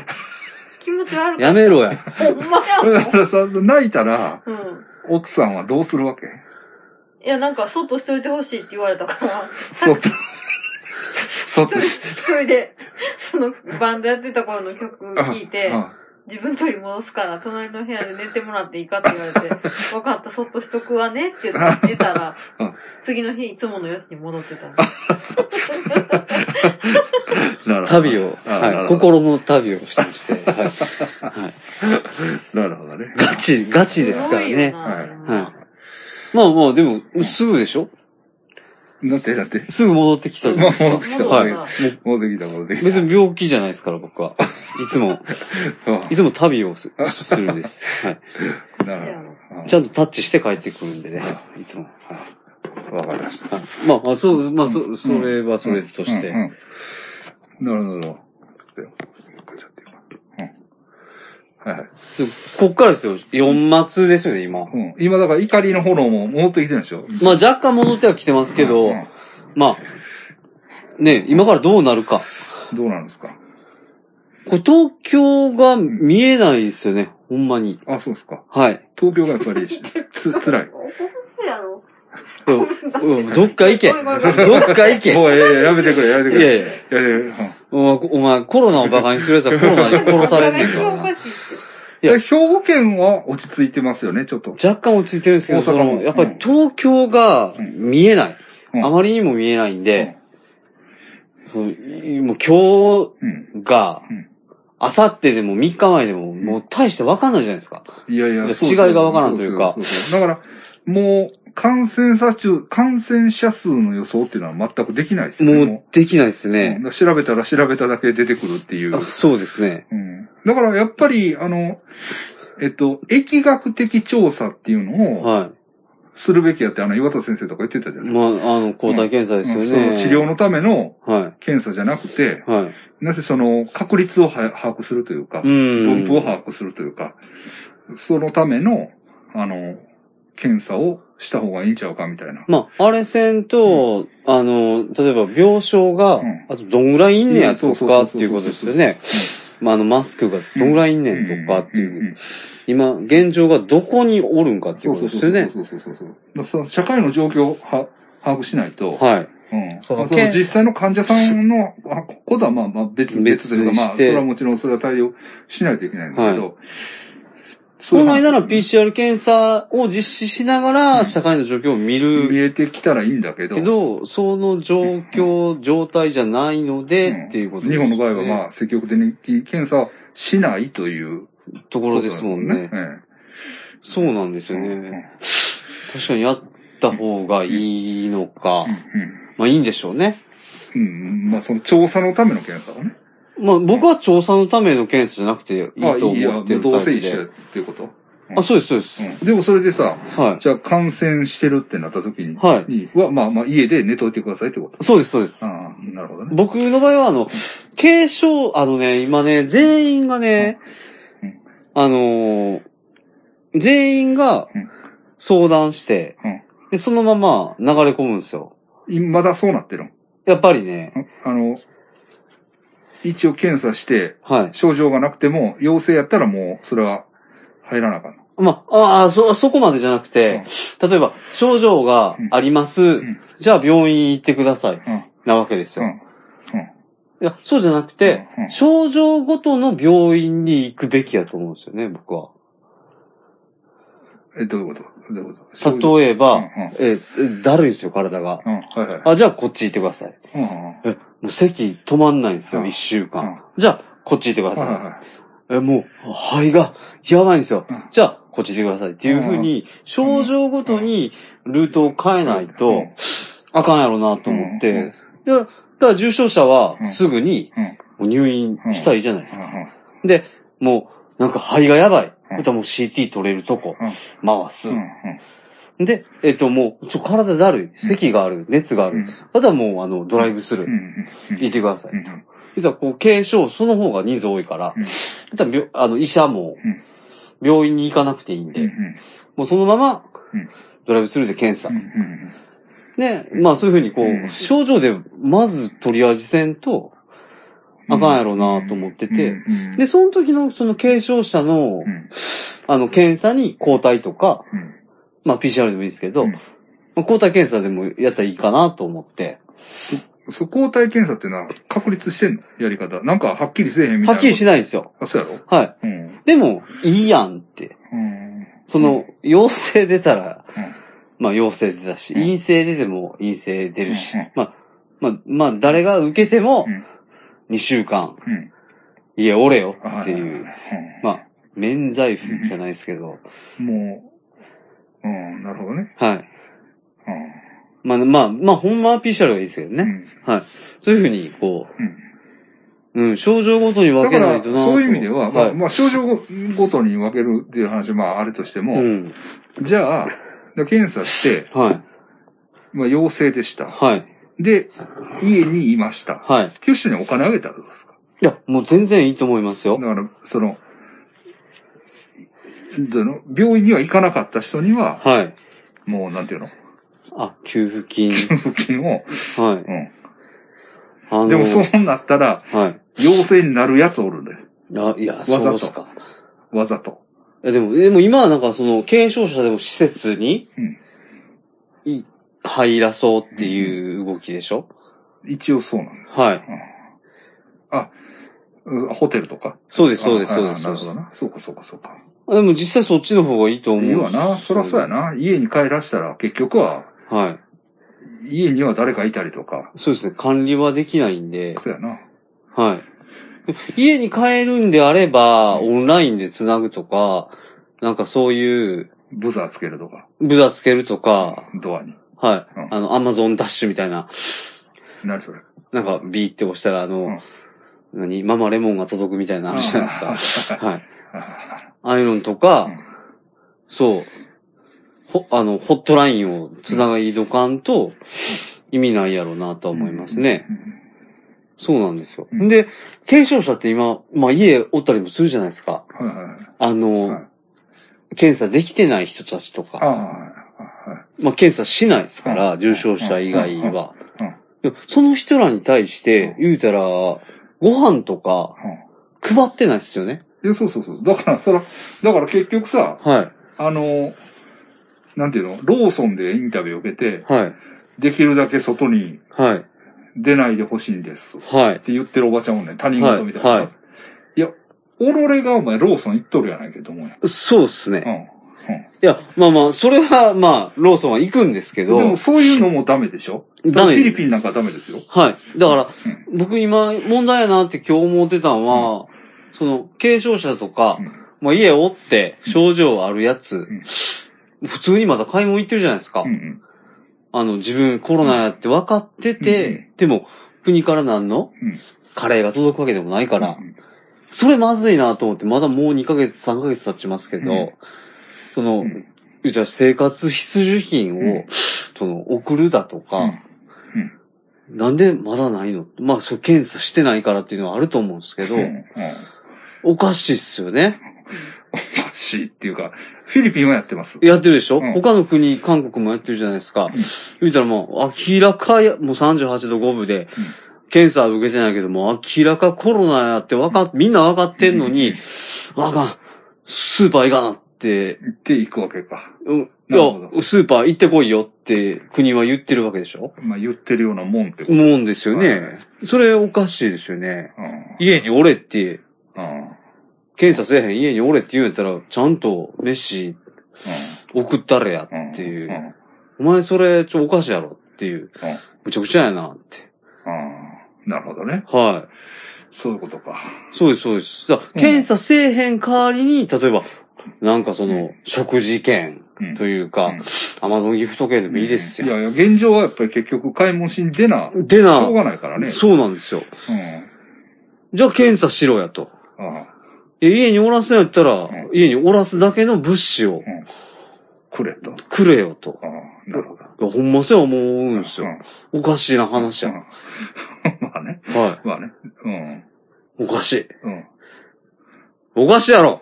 S3: 気持ち悪かっ
S2: やめろや。
S3: た。ほんまや
S1: これだ
S3: も
S1: からさ、泣いたら、
S3: ん。うん。
S1: 奥さんはどうするわけ
S3: いや、なんか、そっとしといてほしいって言われたから、
S1: そっと、そっと
S3: 一人、一人で、その、バンドやってた頃の曲聴いて
S1: う、ん
S3: 自分取り戻すから、隣の部屋で寝てもらっていいかって言われ て、分かった、そっとしとくわねって言ってたら
S1: うん、
S3: 次の日、いつものよしに戻ってたの。
S1: なるほど
S2: 旅を、
S1: あな
S2: は
S1: る
S2: い。
S1: ほど
S2: 心の旅をしてまして、 はい。はい。
S1: なるほどね。
S2: ガチ、ガチですから
S3: ごいよ
S2: ね
S3: な。
S1: はい
S2: はまあまあ、でも、すぐでしょ
S1: だって、だって、
S2: すぐ戻ってきたじゃないです
S1: もう
S2: か。
S1: 戻
S3: 戻った
S2: はい
S3: な
S1: 戻ってきた、戻ってきた。
S2: 別に病気じゃないですから、僕は。いつも、
S1: うん
S2: いつも旅 をすするんです。はい。
S1: なるほど。
S2: ちゃんとタッチして帰ってくるんでね、いつも。は
S1: う
S2: い
S1: んわかりました。
S2: はいまあまあ、そう、まあ、そ、それはそれとして。
S1: うんうんなるほど。ちょっと待ってようんはいはい。
S2: でこっからですよ。4末ですよね、今。
S1: うん今だから怒りの炎も戻ってきてるんでしょ
S2: まあ若干戻っては来てますけど、
S1: うん
S2: まあ、ね、今からどうなるか。
S1: どうなんですか
S2: これ東京が見えないですよね、ほんまに。
S1: あ、そうですか。
S2: はい。
S1: 東京がやっぱりしつ、辛い。
S3: そうやろ
S2: うんうんどっか行け。
S3: ご
S2: ど
S3: め
S2: っ
S3: んごめんごめん
S2: か行け。い
S1: もう、いやいや、やめてくれ、やめてくれ。
S2: やいや、
S1: いやいやうん
S2: お前、お前コロナを馬鹿にする奴はコロナに殺されんねんから
S3: おか
S2: な。
S3: しいっ
S2: い
S3: て
S2: や
S1: で兵庫県は落ち着いてますよね、ちょっと。
S2: 若干落ち着いてるんですけど、
S1: 大阪
S2: そ
S1: も
S2: の、やっぱり東京が見えない。
S1: うん
S2: あまりにも見えないんで、そのもう今日
S1: うん。
S2: が
S1: うん、
S2: あさってでも3日前でも、もう大してわかんないじゃないですか。
S1: いやいや、
S2: じゃあ
S1: そうそう
S2: 違いがわからんというか
S1: そそそうだから、もう、感染者数、感染者数の予想っていうのは全くできないですよね。
S2: もうできないです
S1: ううん
S2: ね。
S1: だから調べたら調べただけ出てくるっていう
S2: あ。そうですね。
S1: うん。だからやっぱり、あの、えっと、疫学的調査っていうのを
S2: は
S1: するべきやって、あの、岩田先生とか言ってたじゃ
S2: い。
S1: ない、
S2: まあ、あの、抗体検査ですよ
S1: うんそ
S2: ね。
S1: の治療のための
S2: は
S1: 検査じゃなくて、
S2: い。はい。
S1: なぜその確率をは把握するというか、
S2: う
S1: 分
S2: ん。
S1: 布を把握するというか、そのための、あの、検査をした方がいいんちゃうかみたいな。
S2: まあ、あれせんと、あの、例えば病床が、
S1: うん
S2: あとどんぐらいいんね
S1: う
S2: や
S1: んそ
S2: と
S1: うそうそ
S2: か
S1: う
S2: っていうことですよね。まあ、あの、マスクがどんぐらいいんねんとかっていう。
S1: んんん
S2: 今、現状がどこにおるんかっていう
S1: そう
S2: こと
S1: そう
S2: で
S1: そう
S2: すよ
S1: そ
S2: ね。
S1: うそうそうそう。だからその社会の状況をは把握しないと、
S2: はい。
S1: うん
S2: その
S1: まあその
S2: けん
S1: 実際の患者さんのあこことはまあまあ別別
S2: 別
S1: というか、
S2: に
S1: まあ、
S2: し
S1: そ
S2: て
S1: れはもちろんそれは対応しないといけないんですけど、そ
S2: こ
S1: う
S2: の間の
S1: の
S2: PCR 検査を実施しながら、社会の状況を見る
S1: 見えてきたらいいんだけど、
S2: けど、その状況、状態じゃないので、
S1: うん
S2: っていうこと
S1: 日本の場合はま
S2: あ、
S1: あ積極的に検査しないという
S2: とこ
S1: こ
S2: ろ
S1: と
S2: ですもんね。
S1: え
S2: そうなんです
S1: え
S2: よ
S1: うんうん
S2: ね。確かにあった方がいいのか。
S1: うん
S2: まあいいんでしょうね。
S1: うん、まあその調査のための検査はね。
S2: まあ僕は調査のための検査じゃなくていい
S1: あ
S2: と思ってる
S1: ど
S2: タ
S1: うせ
S2: イプ
S1: 一緒や
S2: で。
S1: っていうこと、うん
S2: あ、そうです、そうです。
S1: うん、でもそれでさ、
S2: は
S1: じゃあ感染してるってなった時に
S2: い。、はい。
S1: には、まあまあ家で寝といてくださいってこと。
S2: そうです、そうです。
S1: ああ、なるほどね。
S2: 僕の場合は、あの、軽症、あのね、今ね、全員がね
S1: うん、
S2: あのー全員が
S1: うん
S2: 相談して
S1: うん、
S2: で、そのまま流れ込むんですよ。
S1: いまだそうなってるん
S2: やっぱりね、
S1: あの、一応検査して、
S2: はい。
S1: 症状がなくても、陽性やったらもう、それは入らなあかんの。
S2: まあ、ああ、そ、そこまでじゃなくて、例えば、症状があります、
S1: ん
S2: じゃあ病院行ってください、
S1: うん
S2: なわけですよ。
S1: うん
S2: いや、そうじゃなくて、
S1: うんうん
S2: 症状ごとの病院に行くべきやと思うんですよね、僕は。
S1: え、どういうことどういうこと症状
S2: 例えば、
S1: うんうん
S2: えーだるいんですよ、体が。
S1: うん、はいはい。
S2: あ、じゃあこっち行ってください。
S1: うんうんうん
S2: え、もう席止まんないんです
S1: う
S2: よ、
S1: ん
S2: 一週
S1: うん
S2: 間。じゃあ、こっち行ってくだ
S1: はいはい
S2: さ。
S1: はい
S2: え、もう、肺が、やばいんですよ
S1: うん。
S2: じゃあ、こっち行ってください。っていうふうに、症状ごとにルートを変え
S1: い。
S2: ない
S1: うん
S2: と、あかんやろなと思っ
S1: うんう
S2: て。でだから、重症者は、
S1: うん
S2: すぐに
S1: うん、
S2: もう入院したらいいじゃないですか。
S1: うんうん
S2: で、もう、なんか肺がやばい。
S1: うん
S2: またもう CT 取れるとこ
S1: うん、
S2: 回す
S1: う。んうん
S2: で、えっと、もう、ちょ、体だるい。咳がある。熱がある。あとはもう、あの、ドライブスル
S1: う
S2: ー。
S1: んうん
S2: 行ってください。
S1: うんうん
S2: 実はこう、軽症、その方が人数多いから、
S1: うん
S2: 実は病あの、医者も
S1: うん、
S2: 病院に行かなくていいんで、
S1: うん
S2: もうそのまま
S1: うん、
S2: ドライブスルーで検査。
S1: うんうん
S2: ね、まあそういうふうにこう、
S1: うん
S2: 症状でまず取り味せんと、あかんやろうなと思ってて、
S1: うんうんうん
S2: で、その時のその軽症者の、
S1: うん
S2: あの、検査に抗体とか、
S1: うん
S2: まあ PCR でもいいですけど、
S1: うん
S2: まあ抗体検査でもやったらいいかなと思って、
S1: そう、抗体検査っていうのは確立してんのやり方。なんかはっきりせえへんみたいな。
S2: はっきりし
S1: ない。
S2: ないんですよ。
S1: あ、そうやろ
S2: はい。
S1: うん。
S2: でも、いいやんって。
S1: うん。
S2: その、陽性出たら、
S1: うん
S2: まあ陽性出たし、
S1: うん
S2: 陰性出ても陰性出るし、
S1: うん
S2: まあ、まあ、まあ誰が受けても
S1: うん、
S2: 2週間、
S1: うん。
S2: いや、おれよ
S1: あ
S2: っていう、。
S1: は
S2: まあ、免罪符じゃないですけど、
S1: うんもう、うん、なるほどね。
S2: はい。
S1: うん。
S2: まあ、まあ、まあ、ほんまは PCR がいいですけど
S1: う
S2: ね。
S1: ん
S2: はい。そういうふうに、こ
S1: うん
S2: う、うん、症状ごとに分
S1: だか
S2: けない
S1: ら、
S2: となと
S1: そういう意味では、ま
S2: は
S1: あ、
S2: い。
S1: まあ、症状ごとに分けるっていう話は、まあ、あれとして
S2: う
S1: も、
S2: ん。
S1: じゃあ、だ検査して、
S2: はい。
S1: まあ、陽性でした。
S2: はい。
S1: で、家にいました。っ
S2: はい。
S1: ていう人にお金あげたらどうですか
S2: いや、もう全然いいと思いますよ
S1: だ。から、その、どの、病院には行かなかった人には、
S2: はい。
S1: もう、なんていうの、
S2: あ、給付 金。
S1: 付近を、
S2: はい。
S1: う
S2: あの
S1: ん。でも、そうなったら、
S2: はい。
S1: 陽性になるやつおるんだよ。
S2: あいや、
S1: ざと
S2: そうですか。
S1: わざと。
S2: いやでも、でも今はなんかその、軽症者でも施設に
S1: うん、
S2: い入らそうっていう動きでしょ、
S1: 一応そうなんだ。
S2: はい。
S1: うんホテルとか。
S2: そうです、そうです、
S1: あ
S2: そうです。
S1: なる
S2: そう
S1: ほ
S2: です
S1: どな。そうか、そうか、そうか。
S2: あでも実際そっちの方がいいと思う。
S1: いいわな。そらそうや。な。家に帰らしたら、結局は、
S2: はい。
S1: 家には誰かいたりとか。
S2: そうですね。管理はできないんで。
S1: そうやな。
S2: はい。家に帰るんであれば、
S1: う
S2: オンラインで繋ぐとか、なんかそういう、
S1: ブザーつけるとか、
S2: ブザつけるとか、
S1: ドアに。
S2: は
S1: う
S2: い。
S1: ん
S2: あの、アマゾンダッシュみたいな、
S1: 何それ。
S2: なんかビーって押したら、あ
S1: うん
S2: の、何、ママレモンが届くみたいなのあるじゃないです
S1: す
S2: か。はい。
S1: か。
S2: アイロンとか
S1: うん、
S2: そう、ほ、あの、ホットラインを繋いどかんと、意味ないやろうなとは思いますね。そうなんですよ。
S1: うん
S2: で、軽症者って今、まあ家おったりもするじゃないですか。
S1: はいはいはい。
S2: あの、
S1: はい
S2: 検査できてない人たちと
S1: あ
S2: か、
S1: あ、は
S2: まあ、検査しないですから、
S1: うん
S2: 重症者以外は
S1: うんうん。
S2: でもその人らに対して、言うたら、ご飯とか
S1: いはい。
S2: 配ってないですよね。
S1: うんいや、そうそうそう。だから、そら、だから結局さ、
S2: はい。
S1: あの、なんていうの、ローソンでインタビューを受けて、
S2: はい。
S1: できるだけ外に
S2: はい。
S1: 出ないでほしいんです。っ
S2: はい。
S1: て言ってるおばちゃんもね、他人事みたいな。、
S2: はいはい
S1: や、俺がお前ローソン行っとるやないけどもや。
S2: そうです
S1: う
S2: ね。
S1: ん。うん
S2: いや、まあまあ、それは、まあ、ローソンは行くんですけど、
S1: でもそういうのもダメでしょ
S2: ダメ
S1: フィリピンなんかダメですよ。
S2: はい。だから、僕今、問題やなって今日思ってたのは、その、軽症者とか、
S1: うん
S2: まあ家を追って症状あるやつ、普通にまだ買い物行ってるじゃないですか。
S1: うんうん
S2: あの、自分コロナやって分かってて、
S1: うん
S2: でも、国からなんの
S1: うん
S2: カレーが届くわけでもないから、
S1: うん
S2: それまずいなと思って、まだもう2ヶ月、3ヶ月経ちますけど、
S1: うん
S2: その、
S1: うん
S2: じゃあ生活必需品を、
S1: うん
S2: その、送るだと
S1: う
S2: か
S1: ん、
S2: なんでまだないのまあ、そう検査してないからっていうのはあると思うんですけど、
S1: うんうん
S2: おかしいっすよね。
S1: おかしいっていうか、フィリピンはやってます。
S2: やってるでしょ、
S1: うん
S2: 他の国、韓国もやってるじゃないですか。
S1: ん
S2: 言うたらもう、明らかや、もう38度5分で、検査は受けてないけども、明らかコロナやってわかっ、みんなわかってんのに、あかん、スーパー行かなって、
S1: 行っていくわけか。
S2: うん、い
S1: なるほ
S2: や、スーパー行ってこいよって国は言ってるわけでしょ
S1: まあ言ってるようなもんってこと。
S2: 思うんですよ
S1: は
S2: ね
S1: い。
S2: それおかしいですよね。
S1: うん
S2: 家におれって、
S1: うんうん
S2: 検査せえへん家におれって言うんやったら、ちゃんと飯送ったれや
S1: うん
S2: っていう。
S1: うん
S2: お前それ、ちょ、おかしいやろっていう。むちゃくちゃやなって。
S1: うんなるほどね。
S2: は
S1: そういうことか。
S2: い。そうです、そうです。だから
S1: うん
S2: 検査せえへん代わりに、例えば、なんかその、食事券
S1: うん
S2: というか、アマゾンギフト券でもいいです
S1: い
S2: よ。
S1: やいや、現状はやっぱり結局買い物しに出な、
S2: で
S1: し
S2: な
S1: ょう、がないからね。
S2: そうなんですよ。
S1: うん。
S2: じゃあ検査しろやと。
S1: ああ
S2: いや家におらすんやったら、
S1: ん
S2: 家におらすだけの物資を
S1: くれと。
S2: くれよと。
S1: ああなるほど。
S2: いやほんまそうや思うんです
S1: う
S2: よ。
S1: ん
S2: おかしいな話や。
S1: うん まあね。
S2: は
S1: まあね。うん。
S2: い。おかしい。
S1: うん。
S2: おかしいやろ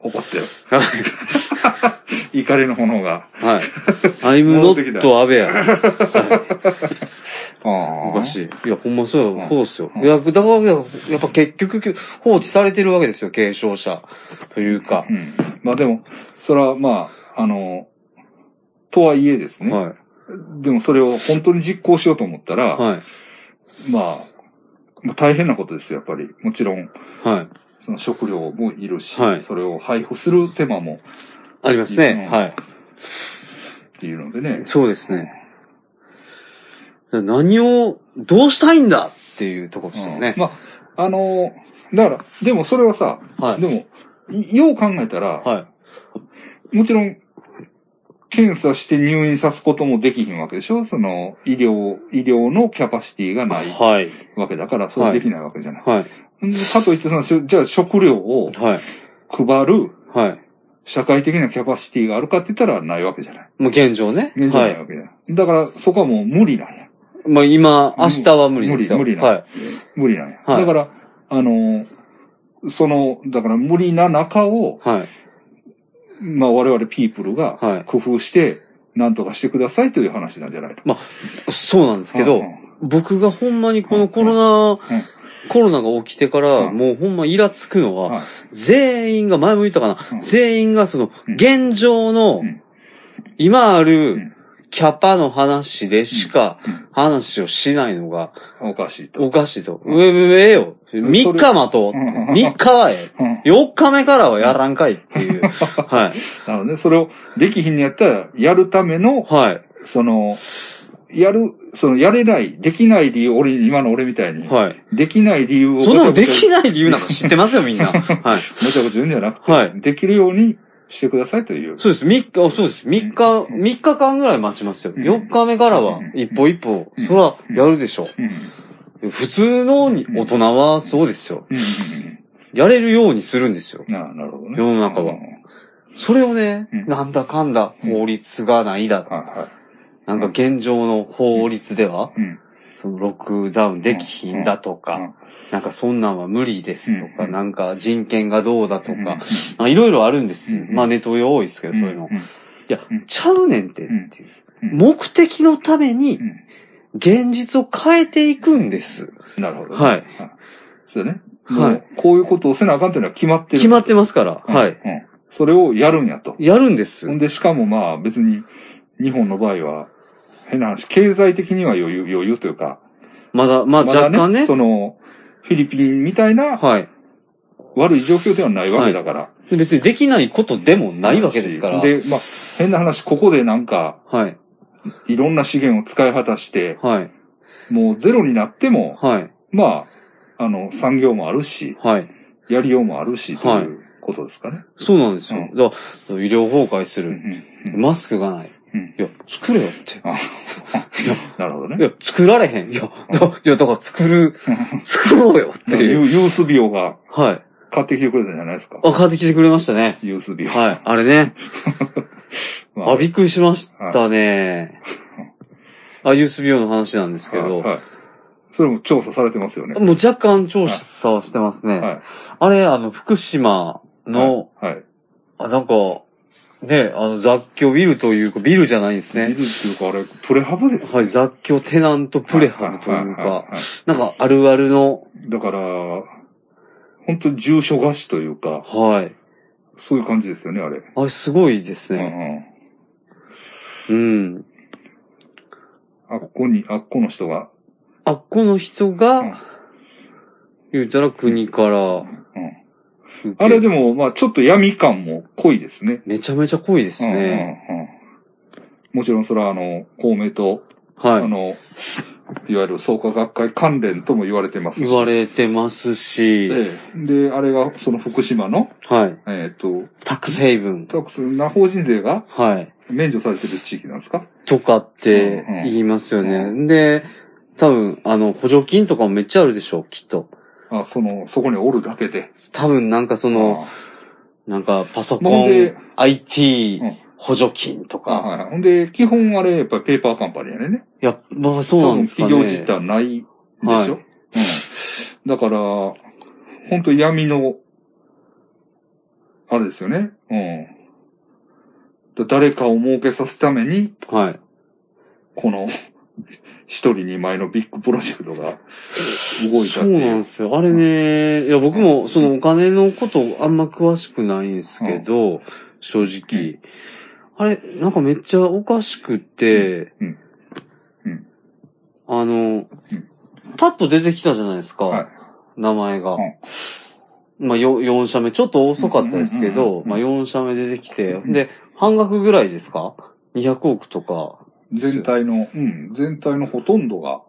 S1: 怒ってる。
S2: はい。
S1: 怒りの炎が。
S2: はい。アイムノットアベや。
S1: ああ
S2: おか
S1: い。
S2: しい。いや、ほんまそう
S1: う
S2: や。
S1: ん
S2: そうですよ。
S1: うん
S2: いや、だから、やっぱ結局、放置されてるわけですよ、軽症者。というか。
S1: うん。まあでも、それはまあ、あの、とはいえですね。
S2: は
S1: でもそれを本当に実行しようと思った
S2: い。
S1: ら、
S2: はい。
S1: まあ、まあ大変なことですよ、やっぱり。もちろん、
S2: はい。
S1: その食料もいるし、
S2: はい
S1: それを配布する手間も
S2: あります
S1: うん
S2: ね。はい。
S1: っていうのでね。
S2: そうですね。何を、どうしたいんだっていうところですよね
S1: うん。まあ、あのーだから、でもそれはさ、
S2: はい。
S1: でも、いよう考えたら、
S2: はい。
S1: もちろん、検査して入院さすこともできひんわけでしょその、医療、医療のキャパシティがない
S2: はい。
S1: わけだから、それできないわけじゃない。
S2: はい。
S1: んかといってその、しょじゃあ食料を
S2: はい。
S1: 配る
S2: はい。
S1: 社会的なキャパシティがあるかって言ったらないわけじゃない。
S2: もう現状ね。
S1: 現状
S2: は
S1: ない
S2: い。
S1: わけじゃない。だから、そこはもう無理なんや。
S2: まあ今、明日は無理ですよ。
S1: 無理無理な
S2: はい。
S1: 無理なんや。
S2: は
S1: だ
S2: い
S1: から、あのーその、だから無理な中を、
S2: はい。
S1: まあ我々ピープル
S2: はい
S1: が工夫して何とかしてくださいという話なんじゃないで
S2: そうなんですけど、僕がほんまにこのコロナ、
S1: うん
S2: コロナが起きてか
S1: う
S2: ら、
S1: ん
S2: もうほんまイラつくのは、
S1: はい
S2: 全員が、前も言ったかな、
S1: うん
S2: 全員がその
S1: う、ん
S2: 現状の、
S1: うん
S2: 今あ
S1: う
S2: る
S1: ん、
S2: キャパの話でしか
S1: うんうん、
S2: 話をしないのが、
S1: おかしいと。
S2: おかしいと。
S1: うん
S2: うえ、うえええよ。
S1: ん
S2: 3日待とう。
S1: うん
S2: 3日はえ
S1: うんな
S2: え。4日目からはやらんかいっ ていう。はい。
S1: ので、それをできひんのやったら、やるための、
S2: は
S1: その、やる、その、やれない、できない理由、俺、今の俺みたい
S2: い。
S1: に、
S2: はい。
S1: できない理由を
S2: そんなので
S1: ごち
S2: きない理由なんか知ってますよ、みんな。はい。
S1: ゃごちゃ言うんじゃなくて、
S2: はい
S1: できるようにしてくださいという。
S2: そうです。3日、そうです。3日、
S1: うん
S2: 3日間ぐらい待ちますよ。
S1: うん
S2: 4日目からは
S1: うん、
S2: 一歩一歩
S1: う、ん
S2: そら、やるでしょ
S1: うん。うん
S2: う。普通のに大人はそうですよ。
S1: うんうん
S2: やれるようにするんですよ。
S1: うんななるほどね。
S2: 世の中は
S1: うん
S2: それをね
S1: う、ん
S2: なんだかんだ、
S1: うん
S2: 法律がないだ。
S1: はいは
S2: なんか現状の法律では、
S1: い。うん。
S2: そのロックダウンできひんだと
S1: うんう
S2: か
S1: ん、
S2: なんかそんなんは無理ですと
S1: うん
S2: か、
S1: うん
S2: なんか人権がどうだと
S1: うん
S2: か、、まあいろいろあるんですよ
S1: う。ん
S2: まあネット用多いですけど、そういう
S1: ん。
S2: の
S1: ん
S2: いや
S1: うん、
S2: ちゃうねんてっていう。
S1: うん
S2: 目的のために
S1: うん、
S2: 現実を変えていくんです。
S1: なるほどね。
S2: はい
S1: そうね。
S2: は
S1: も
S2: い
S1: うこういうことをせなあかんというのは決まってる。
S2: 決まってますから。
S1: うん
S2: はい。
S1: うんそれをやるんやと。
S2: やるんです
S1: ほ。んで、しかもまあ別に、日本の場合は、変な話、経済的には余裕、余裕というか、
S2: まだ、まあ
S1: まだ
S2: 若干ね。
S1: その、フィリピンみたいな
S2: はい。
S1: 悪い状況ではないわけだから。
S2: で別にできないことでもないわけですから。
S1: で、まあ、変な話、ここでなんか、
S2: はい。
S1: いろんな資源を使い果たして、
S2: はい。
S1: もうゼロになっても、
S2: はい。
S1: まあ、あの、産業もあるし、
S2: はい。
S1: やりようもあるし、と
S2: はい
S1: いうことですかね。
S2: そうなんですよ。
S1: うん
S2: だから医療崩壊す
S1: うん
S2: る。
S1: うんうん
S2: マスクがない。
S1: うん
S2: いや、作れよって。
S1: なるほど
S2: い
S1: ね。
S2: や、作られへん。いや、だいやだから作 る、作ろうよってい
S1: ユ
S2: う。
S1: ユースビオが
S2: はい。
S1: 買ってきてくれたんじゃないですか。
S2: あ、買ってきてくれましたね。
S1: ユースビオ。
S2: はい。あれね。
S1: ま
S2: あ、びっくりしましたね。あ、ユースビオの話なんですけど。
S1: はいはいそれも調査されてますよね。
S2: もう若干調査をしてますね。
S1: はい
S2: あれ、あの、福島の、
S1: はい。
S2: あなんか、ね、あの、雑居ビルというか、ビルじゃないです
S1: ビルっ
S2: ね。
S1: ていうか、あれ、プレハブです
S2: はい、雑居テナントプレハブという
S1: ははは
S2: か、なんかあるあるの、
S1: い。だから、本当に住所貸しというか、
S2: はい。
S1: そういう感じですよね、あれ。
S2: あれすごいですね。うん。
S1: うんうん。あっこに、あっこの人が、
S2: あっこの人
S1: うん
S2: が、言うたら国から、
S1: あれでも、まあちょっと闇感も濃いですね。
S2: めちゃめちゃ濃いですね。
S1: うんうんうんもちろんそれはあの、公明党、あ
S2: はい。
S1: の、いわゆる創価学会関連とも言われてますし
S2: 言われてますし、
S1: ええで、あれがその福島の、
S2: はい。
S1: えっ、と、
S2: タックスヘイブン。
S1: タックス、な法人税が
S2: はい。
S1: 免除されてる地域なんですか
S2: とかって言いますよね。
S1: うんう
S2: で、多分、あの、補助金とかもめっちゃあるでしょう、きっと。
S1: あ、その、そこにおるだけで。
S2: 多分、なんかその、なんかパソ
S1: ほん
S2: コン
S1: で、
S2: IT
S1: うん
S2: 補助金と
S1: あ
S2: か。
S1: はいはい。ほんで、基本あれ、やっぱりペーパーカンパニーやねんね。
S2: いや、まあそう
S1: 多
S2: なん
S1: 分
S2: ですかね。
S1: 企業自体はないでしょ、
S2: はい
S1: うん。だから、本当闇の、あれですよね。うん。だ誰かを儲けさせるために、
S2: はい。
S1: この、一人二枚のビッグプロジェクトが動いた
S2: そ
S1: っ
S2: う
S1: て
S2: ないん
S1: う。
S2: ですよ。あれね、いや、僕もそのお金のことあんま詳しくないんですけど、正直。あれ、なんかめっちゃおかしくって、
S1: うんうん
S2: あの、パッと出てきたじゃないですか。
S1: はい
S2: 名前が。
S1: うん
S2: まあ、よ4社目。ちょっと遅かったですけ
S1: うんうんうん
S2: ど
S1: う、ん
S2: まあ、4社目出てきて、で、半額ぐらいですか ?200 億とか、
S1: 全体の、うん、全体のほとんどが、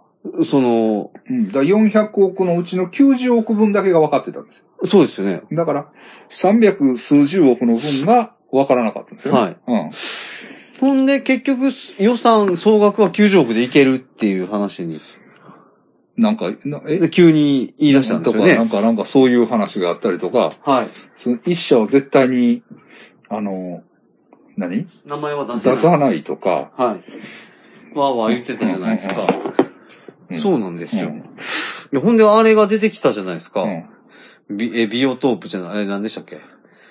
S2: その、
S1: うん、だから400億のうちの90億分だけが分かってたんですよ。
S2: そうですよね。
S1: だから、300数十億の分が分からなかったんですよ、ね。
S2: はい。
S1: うん。
S2: ほんで、結局、予算総額は90億でいけるっていう話に、
S1: なんか、なえ
S2: で急に言い出したんですよ
S1: と
S2: ね。
S1: か、なんか、なんかそういう話があったりとか、
S2: はい。
S1: その一社は絶対に、あの、何
S2: 名前は出せ
S1: 出
S2: ない。
S1: さないとか、
S2: はい。わーわー言ってたじゃないですか。
S1: うん
S2: そうなんですよ。
S1: うん
S2: いやほんで、あれが出てきたじゃないですか。
S1: うん。
S2: ビえビオトープじゃない、あれ何でしたっけ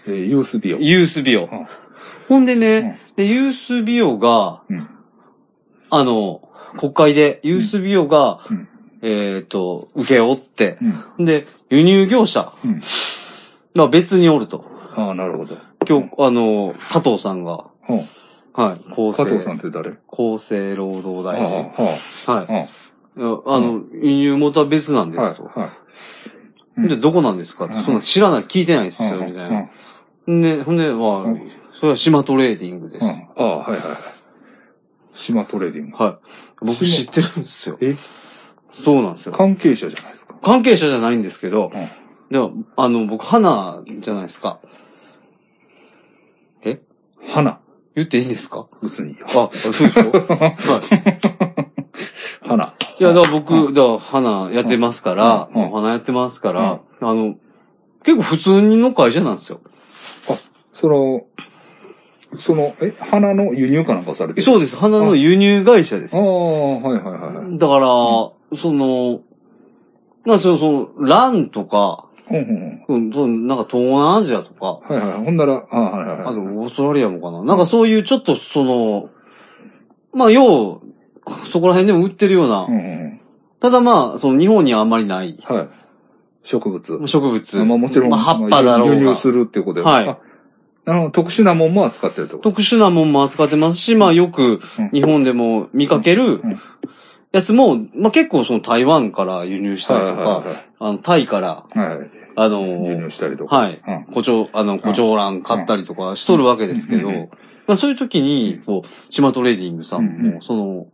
S1: えーユースビオ。
S2: ユースビオ。
S1: ん
S2: ほんでね、でユースビオが、
S1: うん
S2: あの、国会でユースビオが、
S1: うん
S2: えっ、と、受け負って、
S1: うん。
S2: ほんで、輸入業者
S1: うん
S2: が別におると。
S1: ああ、なるほど。
S2: 今日、あの、加藤さんが、
S1: うん
S2: はい、厚
S1: 加
S2: 生
S1: 藤さんって誰
S2: 厚生労働
S1: ああ、
S2: 大
S1: は
S2: 臣。はい
S1: あ。。はい
S2: いやあの、輸入元は別なんですと。
S1: は
S2: で、どこなんですかって、
S1: うん
S2: そんな知らない、聞いてないです
S1: い。
S2: よ、
S1: うん
S2: みたい
S1: うん
S2: な。で、ほんで、まあ
S1: うん、
S2: それは島トレーディングです。
S1: うんああ、はいはいはい。島トレーディング。
S2: はい。僕知ってるんですよ。
S1: え
S2: そうなんですよ。
S1: 関係者じゃないですか。
S2: 関係者じゃないんですけど
S1: うん、
S2: でも、あの、僕、花じゃないですか。
S1: 花。
S2: 言っていいんですか
S1: 別にいいよ
S2: あ、。あそうで しょはい。
S1: 花。
S2: いや、だから僕、だから花やってますから、
S1: うんうん
S2: お花やってますから、あの、結構普通の会社なんですよ。
S1: その、その、え、花の輸入かなんかされてる
S2: そうです。花の輸入会社です
S1: あ。あ、はいはいはいはい。
S2: だから、その、なんかその、その、ランとか、
S1: うんうんうん。
S2: うんそのなんか東南アジアとか、
S1: はいはい。ほんなら、あはいはいは
S2: あ
S1: い
S2: と、オーストラリアもかな。なんかそういうちょっとその、まあ、要、そこら辺でも売ってるような、
S1: うんうんうん。
S2: ただまあ、その日本にはあんまりない
S1: はい。植物。
S2: 植物。
S1: まあもちろん、
S2: まあ、葉っぱだろ
S1: 輸
S2: う
S1: 入
S2: が。
S1: するっていうことで。
S2: はい
S1: あ。あの、特殊なもんも扱ってるってこと
S2: 特殊なもんも扱ってますし、まあよく
S1: うん
S2: 日本でも見かける
S1: うん
S2: やつも、まあ結構その台湾から輸入したりとか、あの、タイから、
S1: いはいはい。はい。
S2: あの
S1: 輸
S2: ー
S1: 入したりとか。
S2: はい。
S1: うん
S2: 胡蝶、あの、胡蝶蘭買ったりとかしとるわけですけど、
S1: うんうん
S2: まあそういう時に、こう、島トレーディングさん
S1: うんう
S2: も、その、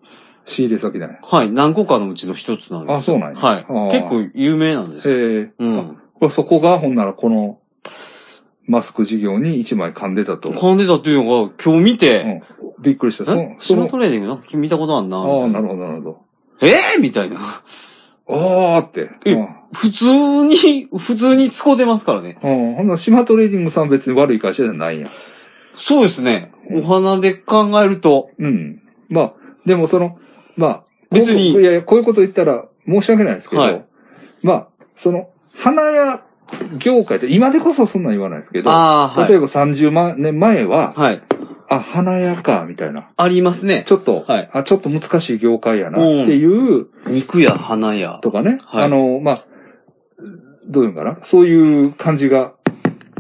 S1: 仕入れ先だね。
S2: はい、何個かのうちの一つなんです
S1: あそ
S2: よ。
S1: うなんや
S2: はい
S1: あー。
S2: 結構有名なんで
S1: え
S2: すよ。
S1: ー
S2: う
S1: あ
S2: ん。
S1: こまあそこが、ほんならこの、マスク事業に一枚噛んでたと。
S2: 噛んでたっていうのが今日見て、
S1: うんびっくりした。そ
S2: え
S1: の、そ
S2: シマ
S1: の
S2: トレーニングなんか見たことあんな。
S1: ああ、なる
S2: ほ
S1: ほど、なるほ
S2: ど。ええみたいな。
S1: ど。ああって。
S2: え
S1: うん
S2: 普通に、普通に使うてますからね。
S1: うん。ほんなら島トレーディングさん別に悪い会社じゃないんや。
S2: そうですね。
S1: う
S2: お
S1: ん
S2: 花で考えると。
S1: うん。まあ、でもその、まあ、
S2: 別に
S1: こういやいや、こういうこと言ったら申し訳ないですけど、
S2: はい
S1: まあ、その、花屋業界って今でこそそんなん言わないですけど、
S2: ああ、はい。
S1: 例えば30万年前は、
S2: はい。
S1: あ、花屋か、みたいな。
S2: ありますね。
S1: ちょっと、
S2: はい
S1: あ、ちょっと難しい業界やな、っていう、
S2: 肉や花や。
S1: とかね。
S2: はい
S1: あの、まあ、どういうのかな。そういう感じが、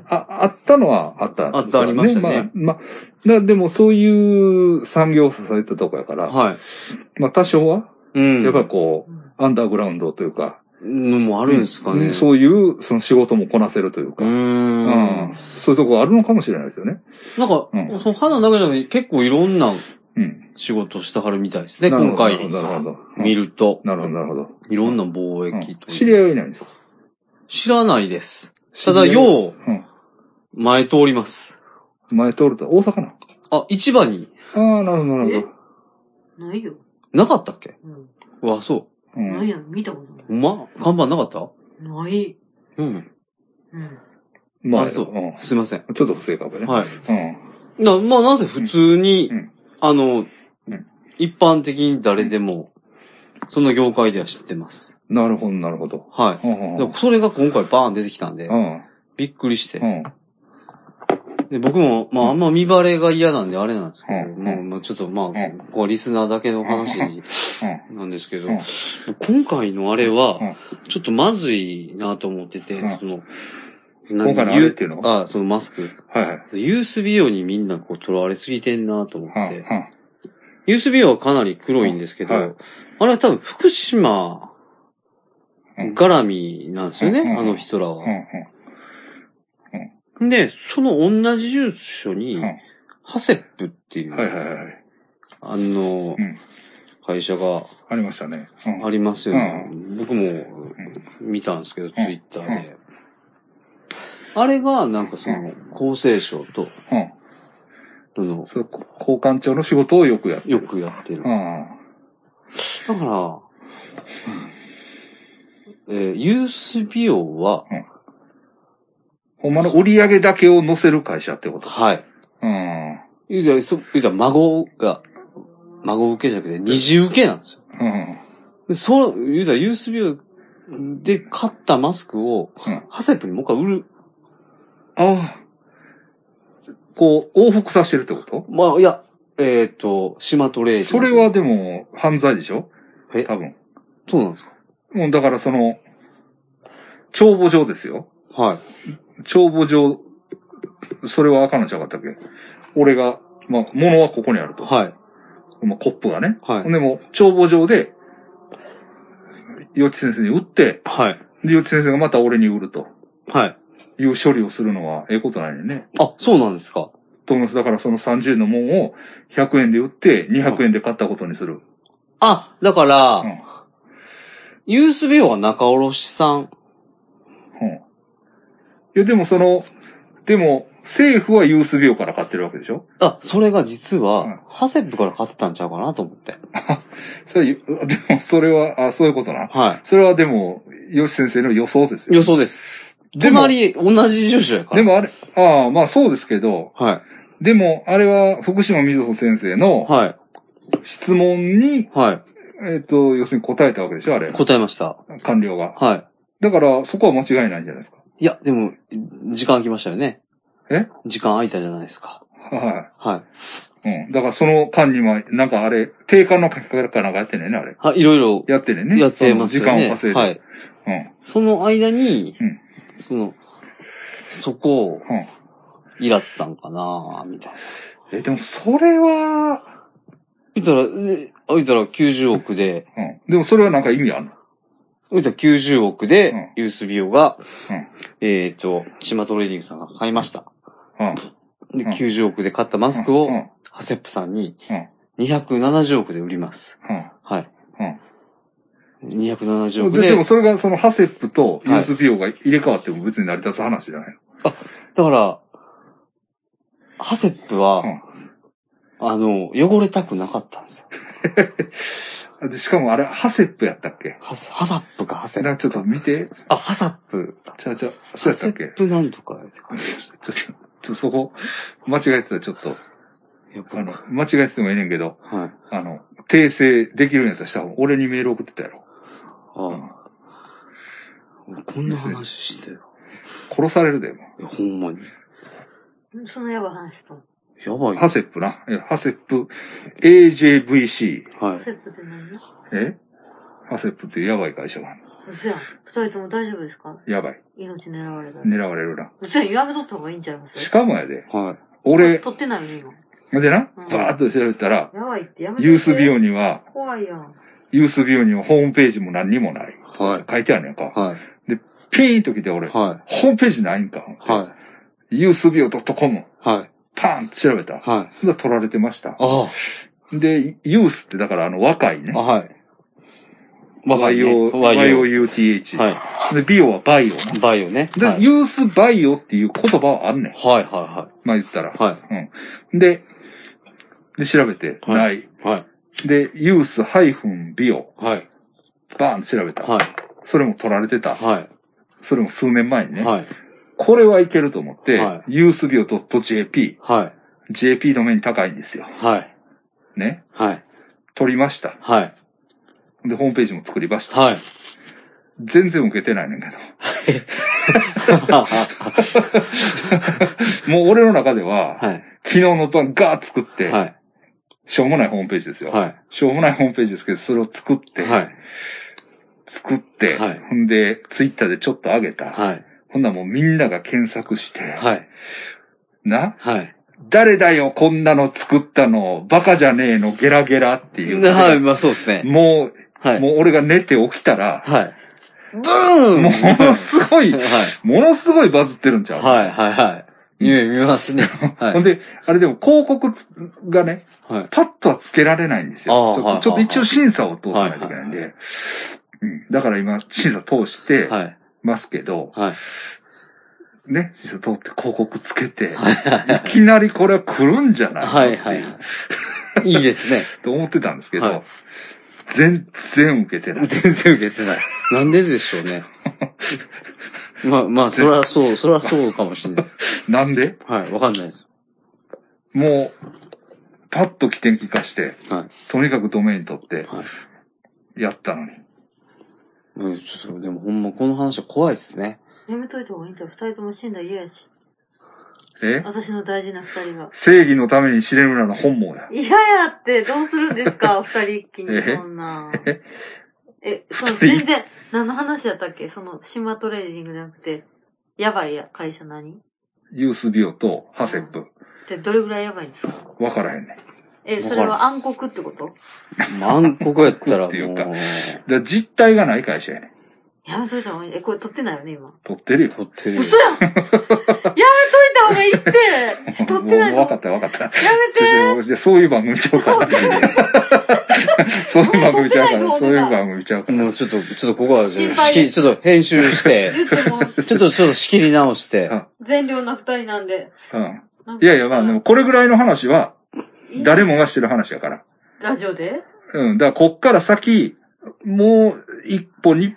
S1: あ、あったのはあった、
S2: あったありましたね
S1: まあ、まあ、だでもそういう産業を支えたとこやから、
S2: はい。
S1: まあ多少は、
S2: うん。
S1: やっぱりこう、アンダーグラウンドというか、
S2: のもあるんですか
S1: う
S2: ね。
S1: んそういう、その仕事もこなせるという
S2: う
S1: か、
S2: ーん。
S1: うんそういうとこあるのかもしれないですよね。
S2: なんか、
S1: うん
S2: その花だけじゃなくて結構いろんな
S1: うん。
S2: 仕事してはるみたいですね、
S1: なる
S2: 今
S1: ほど
S2: 回
S1: なるほど。
S2: 見
S1: る。
S2: ると。
S1: なるほど、なるほど。
S2: いろんな
S1: う
S2: 貿
S1: ん
S2: 易と、
S1: 知り合いはいないんですか
S2: 知らないです。ただ、
S1: 知り合いは
S2: よう、
S1: うん
S2: 前通ります。
S1: 前通ると、大阪な。
S2: あ、市場に
S1: ああ、なるほど、なるほ
S3: ないよ。
S2: なかったっけ
S3: うん。
S2: うわ、そ。。
S1: ど。うん
S3: ないやん、見たことないう
S2: うま看板なかった
S3: ない。
S2: うん。
S3: うん。
S1: ま
S2: あそう
S1: うん
S2: すいません。
S1: ちょっと不正確ね。
S2: はい。
S1: うん。
S2: な、まあ、なぜ普通に、
S1: うんうん
S2: あの、
S1: ん
S2: 一般的に誰でも、その業界では知ってます。
S1: なるほど、なるほど。
S2: は
S1: うん
S2: い。
S1: うん
S2: だからそれが今回バーン出てきたんで
S1: う、ん。
S2: びっくりして
S1: う。ん。
S2: で僕も、まあ、あんま見バレが嫌なんであれなんですけど、
S1: うん
S2: まあまあ、ちょっと、まあ、
S1: ん
S2: ここはリスナーだけの話なんですけど
S1: うん、
S2: 今回のあれ
S1: う
S2: は
S1: ん、
S2: ちょっとまずいなと思ってて
S1: うん、
S2: その、
S1: 今回のあれっていうのは
S2: あそのマスク。
S1: いはい。
S2: ユース美容にみんなこう、囚われすぎてんなと思
S1: うん
S2: って。ユース美容はかなり黒いんですけど、
S1: うんはい
S2: あれは多分福島絡みなんですよね、
S1: うん
S2: あの人らは。
S1: うん。うん。
S2: で、その同じ住所に、
S1: うん
S2: ハセップっていう
S1: う、ん。はいはいはいはい。
S2: あの、
S1: うん
S2: 会社が
S1: ありましたね。うん。
S2: ありますよね。僕も見たんですけど、ツイッターで。あれが、なんかその、厚生省と、
S1: うん。
S2: その、
S1: そう、交換庁の仕事をよくやる。
S2: よくやってる
S1: う。ん。
S2: だから、えーユース美容は、
S1: ほんまの売り上げだけを載せる会社ってこと。
S2: はい。
S1: うん。うん。
S2: 言うたら、そ言うたら孫が、孫受けじゃなくて、二次受けなんですよ。でそう、言うたら、ユース美容で買ったマスクを、
S1: うん
S2: ハセプにもう一回売る。
S1: ああ。こう、往復させてるってこと
S2: まあ、いや、えっ、と、島トレーニング
S1: それは、でも、犯罪でしょ
S2: え
S1: 多分。
S2: そうなんですか
S1: もうだからその、帳簿上ですよ。
S2: はい。
S1: 帳簿上、それはあかんのちゃうかったっけ俺が、まあ、物はここにあると。
S2: はい。
S1: まあ、コップがね。
S2: はい
S1: でも、帳簿上で、よち先生に売って、
S2: はい。
S1: で、よち先生がまた俺に売ると
S2: はい。
S1: いう処理をするのはええことないよね。
S2: あ、そうなんですか。
S1: と思います。だからその30円のもんを100円で売って、200円で買ったことにする。
S2: あ、だから、
S1: うん
S2: ユースビオは中卸さん。
S1: うん。いや、でもその、でも、政府はユース病から買ってるわけでしょ
S2: あ、それが実は、
S1: うん
S2: ハセップから買ってたんちゃうかなと思って。
S1: それ、でも、それは、あ、そういうことな。
S2: は
S1: それはでも、吉先生の予想です
S2: い。
S1: よ。
S2: 予想です。
S1: でも
S2: 隣、同じ住所やから。
S1: で、もあれ、ああ、まあそうですけど、
S2: は
S1: でも、あれは福島みずほ先生
S2: い。
S1: の
S2: はい。
S1: 質問に、
S2: は
S1: えっ、と、要するに答えたわけでしょあれ
S2: い。。答えました。
S1: 官僚が。
S2: は
S1: だから、そこは間違いないんじゃないですか。
S2: い。いや、でも、時間空きましたよね。
S1: え
S2: 時間空いたじゃないですか。
S1: は
S2: はい。
S1: い。うん。だから、その間にも、なんかあれ、定価の書き方かなんかやってんねんね、あれ。
S2: はい、いろいろ
S1: やってんねんね。
S2: やってますよね。
S1: その時間を稼いで。
S2: はい。
S1: うん。
S2: その間に、
S1: うん
S2: その、そこを、
S1: うん。
S2: イラったんかなみたいな。
S1: え、でもそれは、
S2: 言ったら、で言ったら90億で、
S1: うん。でもそれはなんか意味あるの
S2: 言ったら90億
S1: う
S2: で
S1: ん、
S2: ユースビオが、
S1: うん
S2: えっ、と、チマトレーディングさんが買いました。
S1: うん。
S2: で、
S1: うん
S2: 90億で買ったマスクを、
S1: うん。
S2: ハセップさんに
S1: うん、
S2: 270億で売ります。
S1: うん。
S2: はい。
S1: うん
S2: 270億
S1: で、
S2: で。
S1: でもそれがそのハセップと
S2: はい
S1: USPO が入れ替わっても別に成り立つ話じゃないの。
S2: だから、ハセップは、
S1: うん
S2: あの、汚れたくなかったんですよ。
S1: でしかもあれ、ハセップやったっけ
S2: ハスハサップか、ハセッ
S1: なちょっと見て。
S2: プ。あ、ハサップ。
S1: ちゃうちゃう。そう
S2: ハ
S1: やった
S2: セ
S1: っけ
S2: ップなんとかって感じました。
S1: ちょっと、ちょっとそこ、間違えてたらちょっと、
S2: やっぱ
S1: あ
S2: り
S1: の、間違えててもええねんけど、
S2: はい。
S1: あの、訂正できるんやったらしたら、俺にメール送ってたやろ。
S2: あ
S1: うん
S2: あこんな話してよ。
S1: 殺されるで、も
S2: いやほんまに。
S3: そのやばい話と。
S2: やば
S1: う
S2: い。
S1: ハセップな。えハセップ、AJVC。
S2: はい。
S3: セップって何の
S1: えハセップっていうやばい会社がある
S3: 嘘やん。二人とも大丈夫ですか
S1: やばい。
S3: 命狙われたら。
S1: 狙われるな。
S3: 嘘やん、やめとった方がいいんちゃいます
S1: しかもやで、
S2: はい。
S1: 俺、
S3: 撮ってないよ、
S1: でな、
S3: うん
S1: バーッと調べたら、
S3: 今。やばいって、やめといて
S1: ユースビオには、
S3: 怖いやん。
S1: ユースビオにはホームページも何にもない。
S2: はい。
S1: 書いてあるんやんか。
S2: はい。
S1: ピーンと来て俺、
S2: は
S1: ホームページないんか。
S2: い。は
S1: ユースビオ .com。
S2: い。はい。
S1: パーンと調べた。
S2: はい。
S1: そ取られてました。
S2: あ
S1: で、ユースってだからあの若いね
S2: あ。あ、。はい。バイオ。
S1: YO、YOUTH。
S2: は
S1: で、ビオはバイオな。
S2: い。バイオね。
S1: で、
S2: はい。
S1: ユースバイオっていう言葉はあんねん。
S2: はいは
S1: まあ言ったら。
S2: いは
S1: うん。で、で、調べて、
S2: はい
S1: ない。
S2: い。はい。
S1: で、ユースハイフンビオ、
S2: はい。
S1: バーンと調べた。
S2: はい。
S1: それも取られてた。
S2: は
S1: それも数年前に
S2: い。
S1: ね。
S2: はい。
S1: これはいけると思って、
S2: は
S1: ユースビオ .jp。
S2: はい。
S1: JP の面高いんですよ。
S2: はい。
S1: ね。
S2: はい。
S1: 取りました。
S2: はい。
S1: で、ホームページも作りました。
S2: はい。
S1: 全然受けてないねんけど。もう俺の中では、
S2: はい。
S1: 昨日の晩ガーッ作って、
S2: はい。
S1: しょうもないホームページですよ。
S2: はい。
S1: しょうもないホームページですけど、それを作って、
S2: はい。
S1: 作って、
S2: はい
S1: ほんで、ツイッターでちょっと上げた。
S2: はい。
S1: ほんならもうみんなが検索して、
S2: はい。
S1: な、
S2: はい。
S1: 誰だよこんなの作ったの、バカじゃねえの、ゲラゲラっていう。
S2: はい。まあそうですね。
S1: もう、
S2: はい。
S1: もう俺が寝て起きたら、
S2: はい。ブーン
S1: ものすごい、
S2: はい。
S1: ものすごいバズってるんちゃう、
S2: はい。はい。はい。夢見ますね。は
S1: ほん
S2: い。
S1: で、あれでも広告つがね、
S2: はい。
S1: パッとはつけられないんですよ。
S2: ああ
S1: ちょっと,、
S2: はい
S1: ちょっと一応審査を通さないといけないんで。
S2: は
S1: うん、だから今、審査通して
S2: はい。
S1: ますけど、
S2: はい。
S1: ね、審査通って広告つけて、
S2: はい。はい
S1: きなりこれは来るんじゃないかっ
S2: は
S1: てい
S2: いうはいはい。いいですね。
S1: と思ってたんですけど、
S2: はい
S1: 全然受けて ない。
S2: 全然受けてない。なんででしょうね。まあまあ、そりゃそう、そりゃそうかもしれないです。
S1: なんで
S2: はい、わかんないです。
S1: もう、パッと起点機化して、
S2: は
S1: とにかくドメイン取って
S2: い。、はい。
S1: やったのに。
S2: うんちょっと、でもほんまこの話は怖いですね。
S3: やめといた方がいいんちゃう二人とも死んだら嫌やし。
S1: え
S3: 私の大事な二人が。
S1: 正義のために知れるなら本望や。
S3: 嫌やって、どうするんですか 二人一気にそんな。え、その全然、何の話やったっけその、島トレーニングじゃなくて、やばいや、会社何
S1: ユースビオとハセップ。
S3: で、どれぐらいやばいんですか
S1: わからへんねん。だか
S3: え、それは暗黒ってこと
S2: 暗黒やったら
S1: 暗黒ってい
S2: も
S1: う
S2: う
S1: か、ら実態がない会社やねん。
S3: やめといた方がいい。え、これ撮ってないよね、今。
S1: 撮ってるよ。
S2: 撮ってるよ。
S3: 嘘やんやめといた方がいい って撮ってな
S1: もうもう
S3: い
S1: 分
S3: の
S1: かった分かった。
S3: や
S1: ちょちょそういう番組ちゃうから。そういう番組ちゃうか
S3: も
S1: ら。
S3: う
S1: そ
S3: 撮って
S1: うい
S3: な
S1: う
S3: い
S1: 番組ちゃうから。
S2: もうちょっと、ちょっとここは、
S3: 心配で
S2: 仕切りちょっと編集して
S3: め、て言っても、
S2: ちょっと、ちょっと仕切り直して
S1: あ、
S3: 善良な二人なんで。
S1: うん。
S3: なんか
S1: いやいや、まあでも、これぐらいの話は、誰もがしてる話やから。
S3: ラジオで
S1: うん。だからこっから先、もう一歩二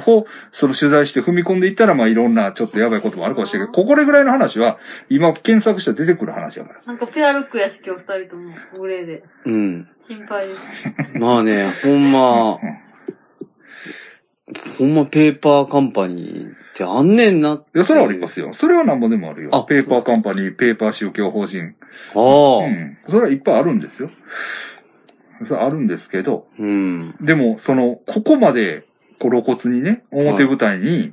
S1: 歩、その取材して踏み込んでいったら、まあいろんなちょっとやばいこともあるかもしれないけど、ここれぐらいの話は、今検索したら出てくる話やから。
S3: なんかペアルックやし、今日二人とも、グレーで。
S2: うん。
S3: 心配です。
S2: まあね、ほんま、ほんまペーパーカンパニーってあんねんな。
S1: いや、それはありますよ。それはなんぼでもあるよ
S2: あ。
S1: ペーパーカンパニー、ペーパー宗教法人。
S2: ああ、
S1: うん。それはいっぱいあるんですよ。それはあるんですけど、
S2: うん。
S1: でも、その、ここまで、こう露骨にね、表舞台に、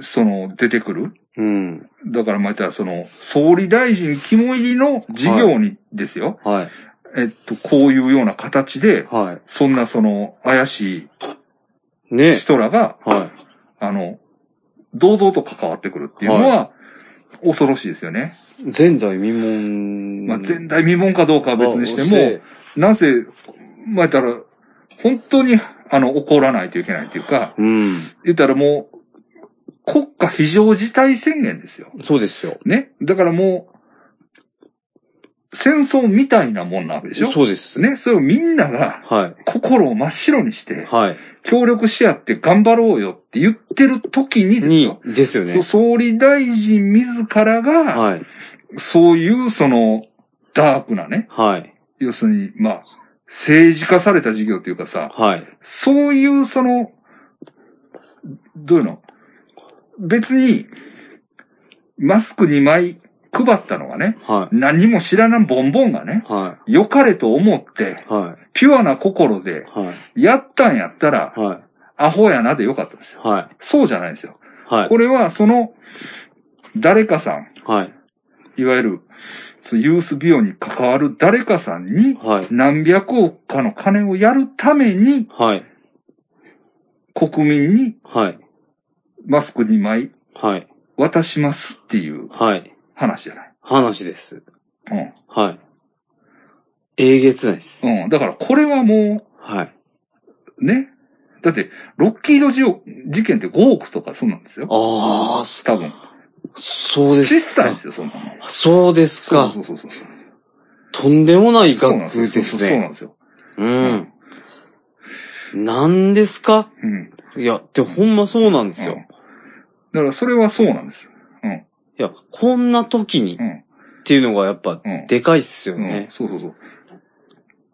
S1: その、出てくる。
S2: うん。
S1: だから、まあ言ったら、その、総理大臣肝入りの事業にですよ。
S2: はい。
S1: えっと、こういうような形で、
S2: は
S1: そんなその、怪し
S2: い。
S1: い
S2: ね。
S1: 人らが、
S2: は
S1: あの、堂々と関わってくるっていうのは、恐ろしいですよね。
S2: い。前代未聞。
S1: まあ、前代未聞かどうかは別にしても、
S2: あ
S1: なんせ、まあ、言ったら、本当にあの、怒らないといけないっていうか、
S2: うん。
S1: 言ったらもう、国家非常事態宣言ですよ。
S2: そうですよ。
S1: ね。だからもう、戦争みたいなもんなわけでしょ
S2: そうです。
S1: ね。それをみんなが
S2: は
S1: 心を真っ白にし
S2: い。
S1: て、
S2: はい。
S1: 協力し合って頑張ろうよって言ってる時にです
S2: に
S1: よ、
S2: ですよ
S1: そ
S2: ね
S1: う。総理大臣自らが、
S2: はい。
S1: そういうその、ダークなね、
S2: はい。
S1: 要するに、まあ、政治化された事業っていうかさ、
S2: はい。
S1: そういうその、どういうの別に、マスク2枚配ったのがね、
S2: はい。
S1: 何も知らないボンボンがね、
S2: は
S1: 良かれと思って、
S2: い。はい。
S1: ピュアな心で、
S2: はい。
S1: やったんやったら、
S2: はい。
S1: アホやなでよかったんですよ。
S2: はい。
S1: そうじゃないんですよ。
S2: はい。
S1: これは、その、誰かさん、
S2: はい。
S1: いわゆる、そのユース美容に関わる誰かさんに、
S2: はい。
S1: 何百億かの金をやるために、
S2: はい。
S1: 国民に
S2: はい。
S1: マスク2枚
S2: はい。
S1: 渡しますっていう
S2: はい。
S1: 話じゃない。
S2: 話です。はい。えげつないです。
S1: うん。うん。だから、これはも
S2: はい。
S1: う、ね。だって、ロッキード事事件って5億とかそうなんですよ。
S2: ああ、そ
S1: 多分。
S2: そうで
S1: 小
S2: す
S1: さいん
S2: か
S1: で。すよ、そんなの。
S2: そうですか
S1: そ。うそうそうそう。
S2: とんでもない
S1: そうなん
S2: 額で
S1: よ
S2: す
S1: そうな
S2: ね。
S1: んですよ。
S2: うん。なんですか
S1: うん。
S2: いや、ってほんまそうなんですよ。
S1: うんだから、それはそうなんです。うん。
S2: いや、こんな時にっ
S1: うん。
S2: ていうのがやっぱ
S1: うん。
S2: でかいっすよ
S1: うん
S2: ね。。
S1: そうそうそう。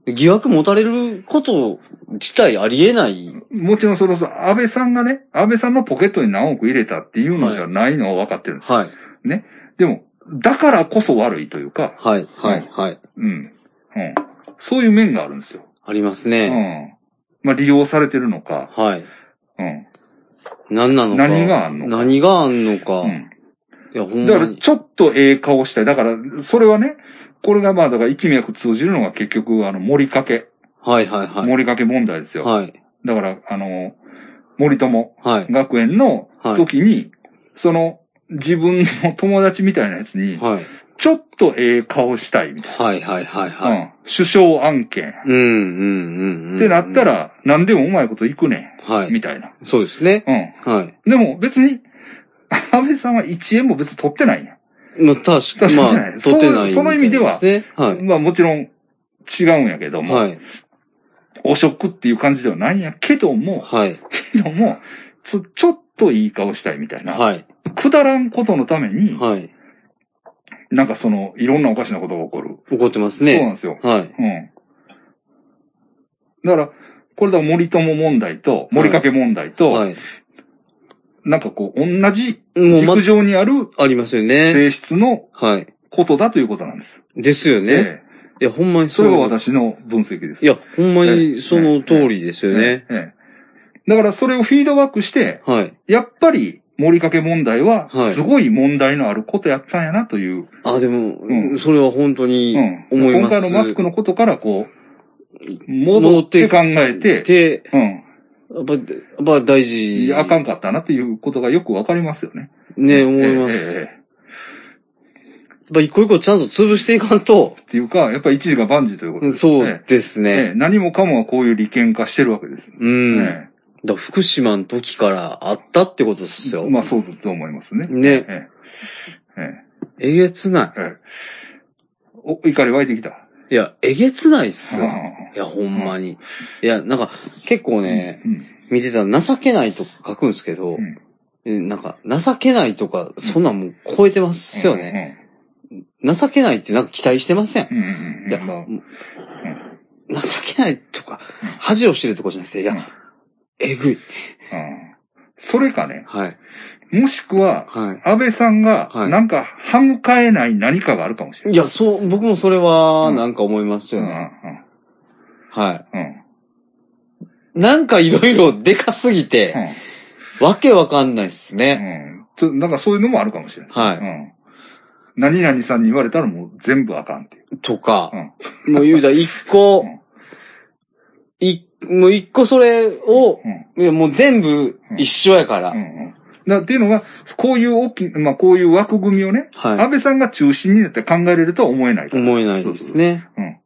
S2: 疑惑持たれること自体ありえない。
S1: もちろん、その、そう安倍さんがね、安倍さんのポケットに何億入れたっていうのじゃないのは分かってるんです。
S2: はい。
S1: でも、だからこそ悪いというか、
S2: はい。は
S1: う
S2: い。はい。
S1: うん。うん。そういう面があるんですよ。
S2: あります
S1: う
S2: ね。
S1: ん。まあ、利用されてるのか、
S2: はい。
S1: うん。
S2: 何なのか。
S1: 何があんのか
S2: 何があんのか。
S1: うん。
S2: いや、ほん
S1: だ
S2: ま
S1: から、
S2: に。
S1: ちょっとええ顔したい。だから、それはね、これがまあ、だから、一脈通じるのが結局、あの、森かけ。
S2: はいはいはい。
S1: 森かけ問題ですよ。
S2: はい。
S1: だから、あの、森友
S2: はい。
S1: 学園の
S2: はい。
S1: 時に、その、自分の友達みたいなやつに、
S2: はい。
S1: ちょっとええ顔したいみたい
S2: はいはいはい
S1: な。
S2: はい。
S1: うん。首相案件。
S2: うんうんうんうん。
S1: ってなった。ら、何でもうまいこといくね
S2: は
S1: ん。
S2: い。
S1: みたいな。
S2: そうですね。
S1: う
S2: はい。
S1: ん。でも別に、安倍さんは1円も別に取ってないんや。
S2: まあ、確か
S1: 取って
S2: に、ま
S1: ない
S2: あ、取って
S1: そ
S2: ない。
S1: うその意味では
S2: ね。はい。
S1: まあもちろん違うんやけども、
S2: はい。
S1: 汚職っていう感じではないんやけども、
S2: はい。
S1: けども、つちょっといい顔したいみたいな。
S2: はい。
S1: くだらんことのために、
S2: はい。
S1: なんかその、いろんなおかしなことが起こる。
S2: 怒ってます
S1: そうなん
S2: ね。
S1: ですよ。
S2: はい。
S1: うん。だから、これだから森友問題と、森かけ問題と、
S2: はい。
S1: なんかこう、同じ
S2: もう、ま
S1: 軸、上にある
S2: ありますよね。
S1: 性質の
S2: はい。
S1: ことだということなんです。
S2: ですよね。
S1: ええ
S2: いや、ほんまに。
S1: そうれは私の分析です。
S2: いや、ほんま
S1: ええ
S2: にその通りです
S1: ええ、
S2: よね。
S1: ええだからそれをフィードバックして、
S2: はい。
S1: やっぱり森かけ問題は
S2: は、い
S1: すごい問題のあることやったんやなという。
S2: あ、でも、
S1: うん
S2: それは本当に
S1: うん
S2: 思います。
S1: 今回のマスクのことからこう、戻って考えて、
S2: で、
S1: うん。
S2: やっぱ、やっぱ大事。
S1: あかんかったなっていうことがよくわかりますよね。
S2: ね、思いま
S1: ええ
S2: す。
S1: え
S2: やっ
S1: えええ
S2: ぱ一個一個ちゃんと潰していかんと、
S1: っていうか、やっぱり一時が万事ということです。
S2: そうです
S1: えええ
S2: ね。
S1: え何もかもがこういう利権化してるわけです。
S2: うん。だか
S1: え
S2: ら福島の時からあったってことです
S1: え
S2: よ。
S1: まあそうだと思いますね。
S2: ね、
S1: ええ。え
S2: えげつな
S1: え。ええお、怒り湧いてきた。
S2: い。いや、えげつないっすよ。
S1: う
S2: いや、ほんまに。いや、なんか、結構ね、
S1: ん。
S2: 見てたら情けないとか書くんですけど、
S1: うん
S2: えなんか、情けないとか、そんなんもう超えてますよね。
S1: ね。
S2: 情けないってなんか期待してません。
S1: うん。うんうん。
S2: いや
S1: まあ
S2: 情けないとか、恥を知るとかじゃなくて、いや、
S1: うん
S2: えぐい。
S1: うんそれかね、
S2: はい。
S1: もしくは、
S2: は
S1: 安倍さんが、
S2: はい
S1: なんか、歯向かえない何かがあるかもしれな
S2: い。
S1: い
S2: いや、そう、僕もそれは、
S1: うん
S2: なんか思います
S1: う
S2: よ
S1: ん。
S2: ね。はい。
S1: うん。うん。
S2: なんかいろいろでかすぎて、わけわかんないっす
S1: う
S2: ね。
S1: ん。うんちょ。なんかそういうのもあるかもしれない。う
S2: はい。
S1: ん。何々さんに言われたらもう全部あかんっていう。
S2: とか、もう言うたら一
S1: う
S2: 個
S1: ん、
S2: い、もう一個それを、
S1: うん。
S2: いやもう全部一緒やから。
S1: うん。うん。だっていうのが、こういう大き、まあこういう枠組みをね、安
S2: は
S1: 倍さんが中心になって考えれるとは思えない
S2: い。
S1: から。
S2: 思えないですね。
S1: うん。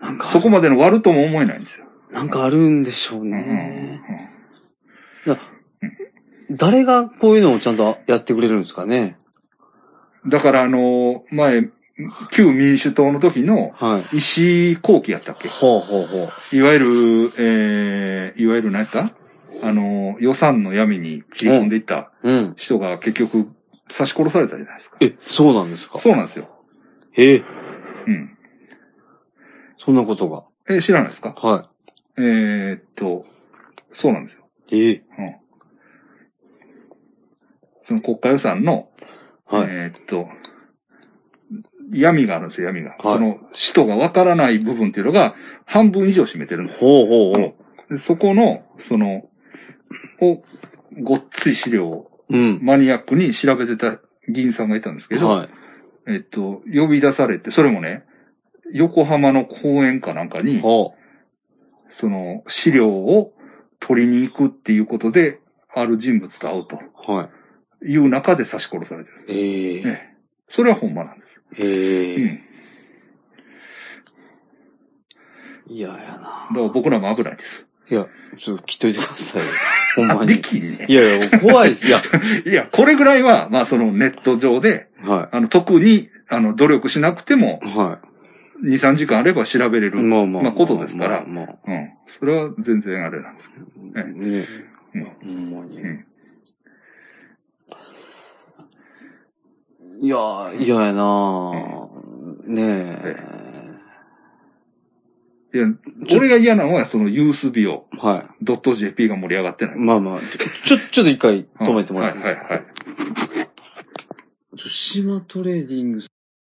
S2: なんか、
S1: そこまでの悪とも思えないんですよ。
S2: なんかあるんでしょう
S1: うんうん
S2: ね。誰がこういうのをちゃんとやってくれるんですかね。
S1: うんだからあの、前、旧民主党の時の
S2: はい。
S1: 石井後期やったっけ
S2: ほうほうほう。
S1: いわゆる、えー、いわゆる何やったあの、予算の闇に切り込んでいった
S2: うん。
S1: 人が結局刺し殺されたじゃないですか。
S2: え、そうなんですか
S1: そうなんですよ。
S2: ええ、
S1: うん。
S2: そんなことが。
S1: え、知らないですか
S2: は
S1: えー、っと、そうなんですよ。
S2: い。ええ、
S1: うん。その国家予算の、
S2: はい。
S1: えーっと、闇があるんですよ、闇が。
S2: い
S1: その、使途がわからない部分っていうのが、半分以上占めてるんです。
S2: ほうほうほう。
S1: でそこの、その、を、ごっつい資料を
S2: うん。
S1: マニアックに調べてた議員さんがいたんですけど、
S2: はい。
S1: えっと、呼び出されて、それもね、横浜の公園かなんかに、
S2: ほ
S1: その資料を取りに行くっていうことで、ある人物と会うと
S2: う。はい。
S1: いう中で刺し殺されてる。
S2: ええ、
S1: ねそれはほんまなんです。
S2: え
S1: うん。
S2: え、嫌やな。
S1: だから僕らも危ないです。
S2: いや、ちょっと聞いといてくださいよ。 ほん
S1: あ
S2: ま
S1: で
S2: に。
S1: きんね
S2: い。やいや、怖いです。いや、
S1: いや、これぐらいは、まあそのネット上で、
S2: は
S1: あの、特に、あの、努力しなくても
S2: い。、は
S1: 2、3時間あれば調べれ
S2: い。
S1: る。
S2: まあまあ。
S1: まあことですから
S2: まあまあ
S1: うん。それは全然あれなんですけど。え
S2: ね
S1: うん
S2: ほんまに
S1: うん。
S2: いやー、嫌やなーね
S1: えい
S2: ち
S1: や、
S2: ょ
S1: 俺が嫌なのは、そのユースビオ、
S2: え。はい。
S1: ドット JP が盛り上がってない。
S2: まあまあ、ちょ、ちょちょっと一回止めてもらっていいですか、
S1: はいはいはい。
S2: ちょ島トレーディング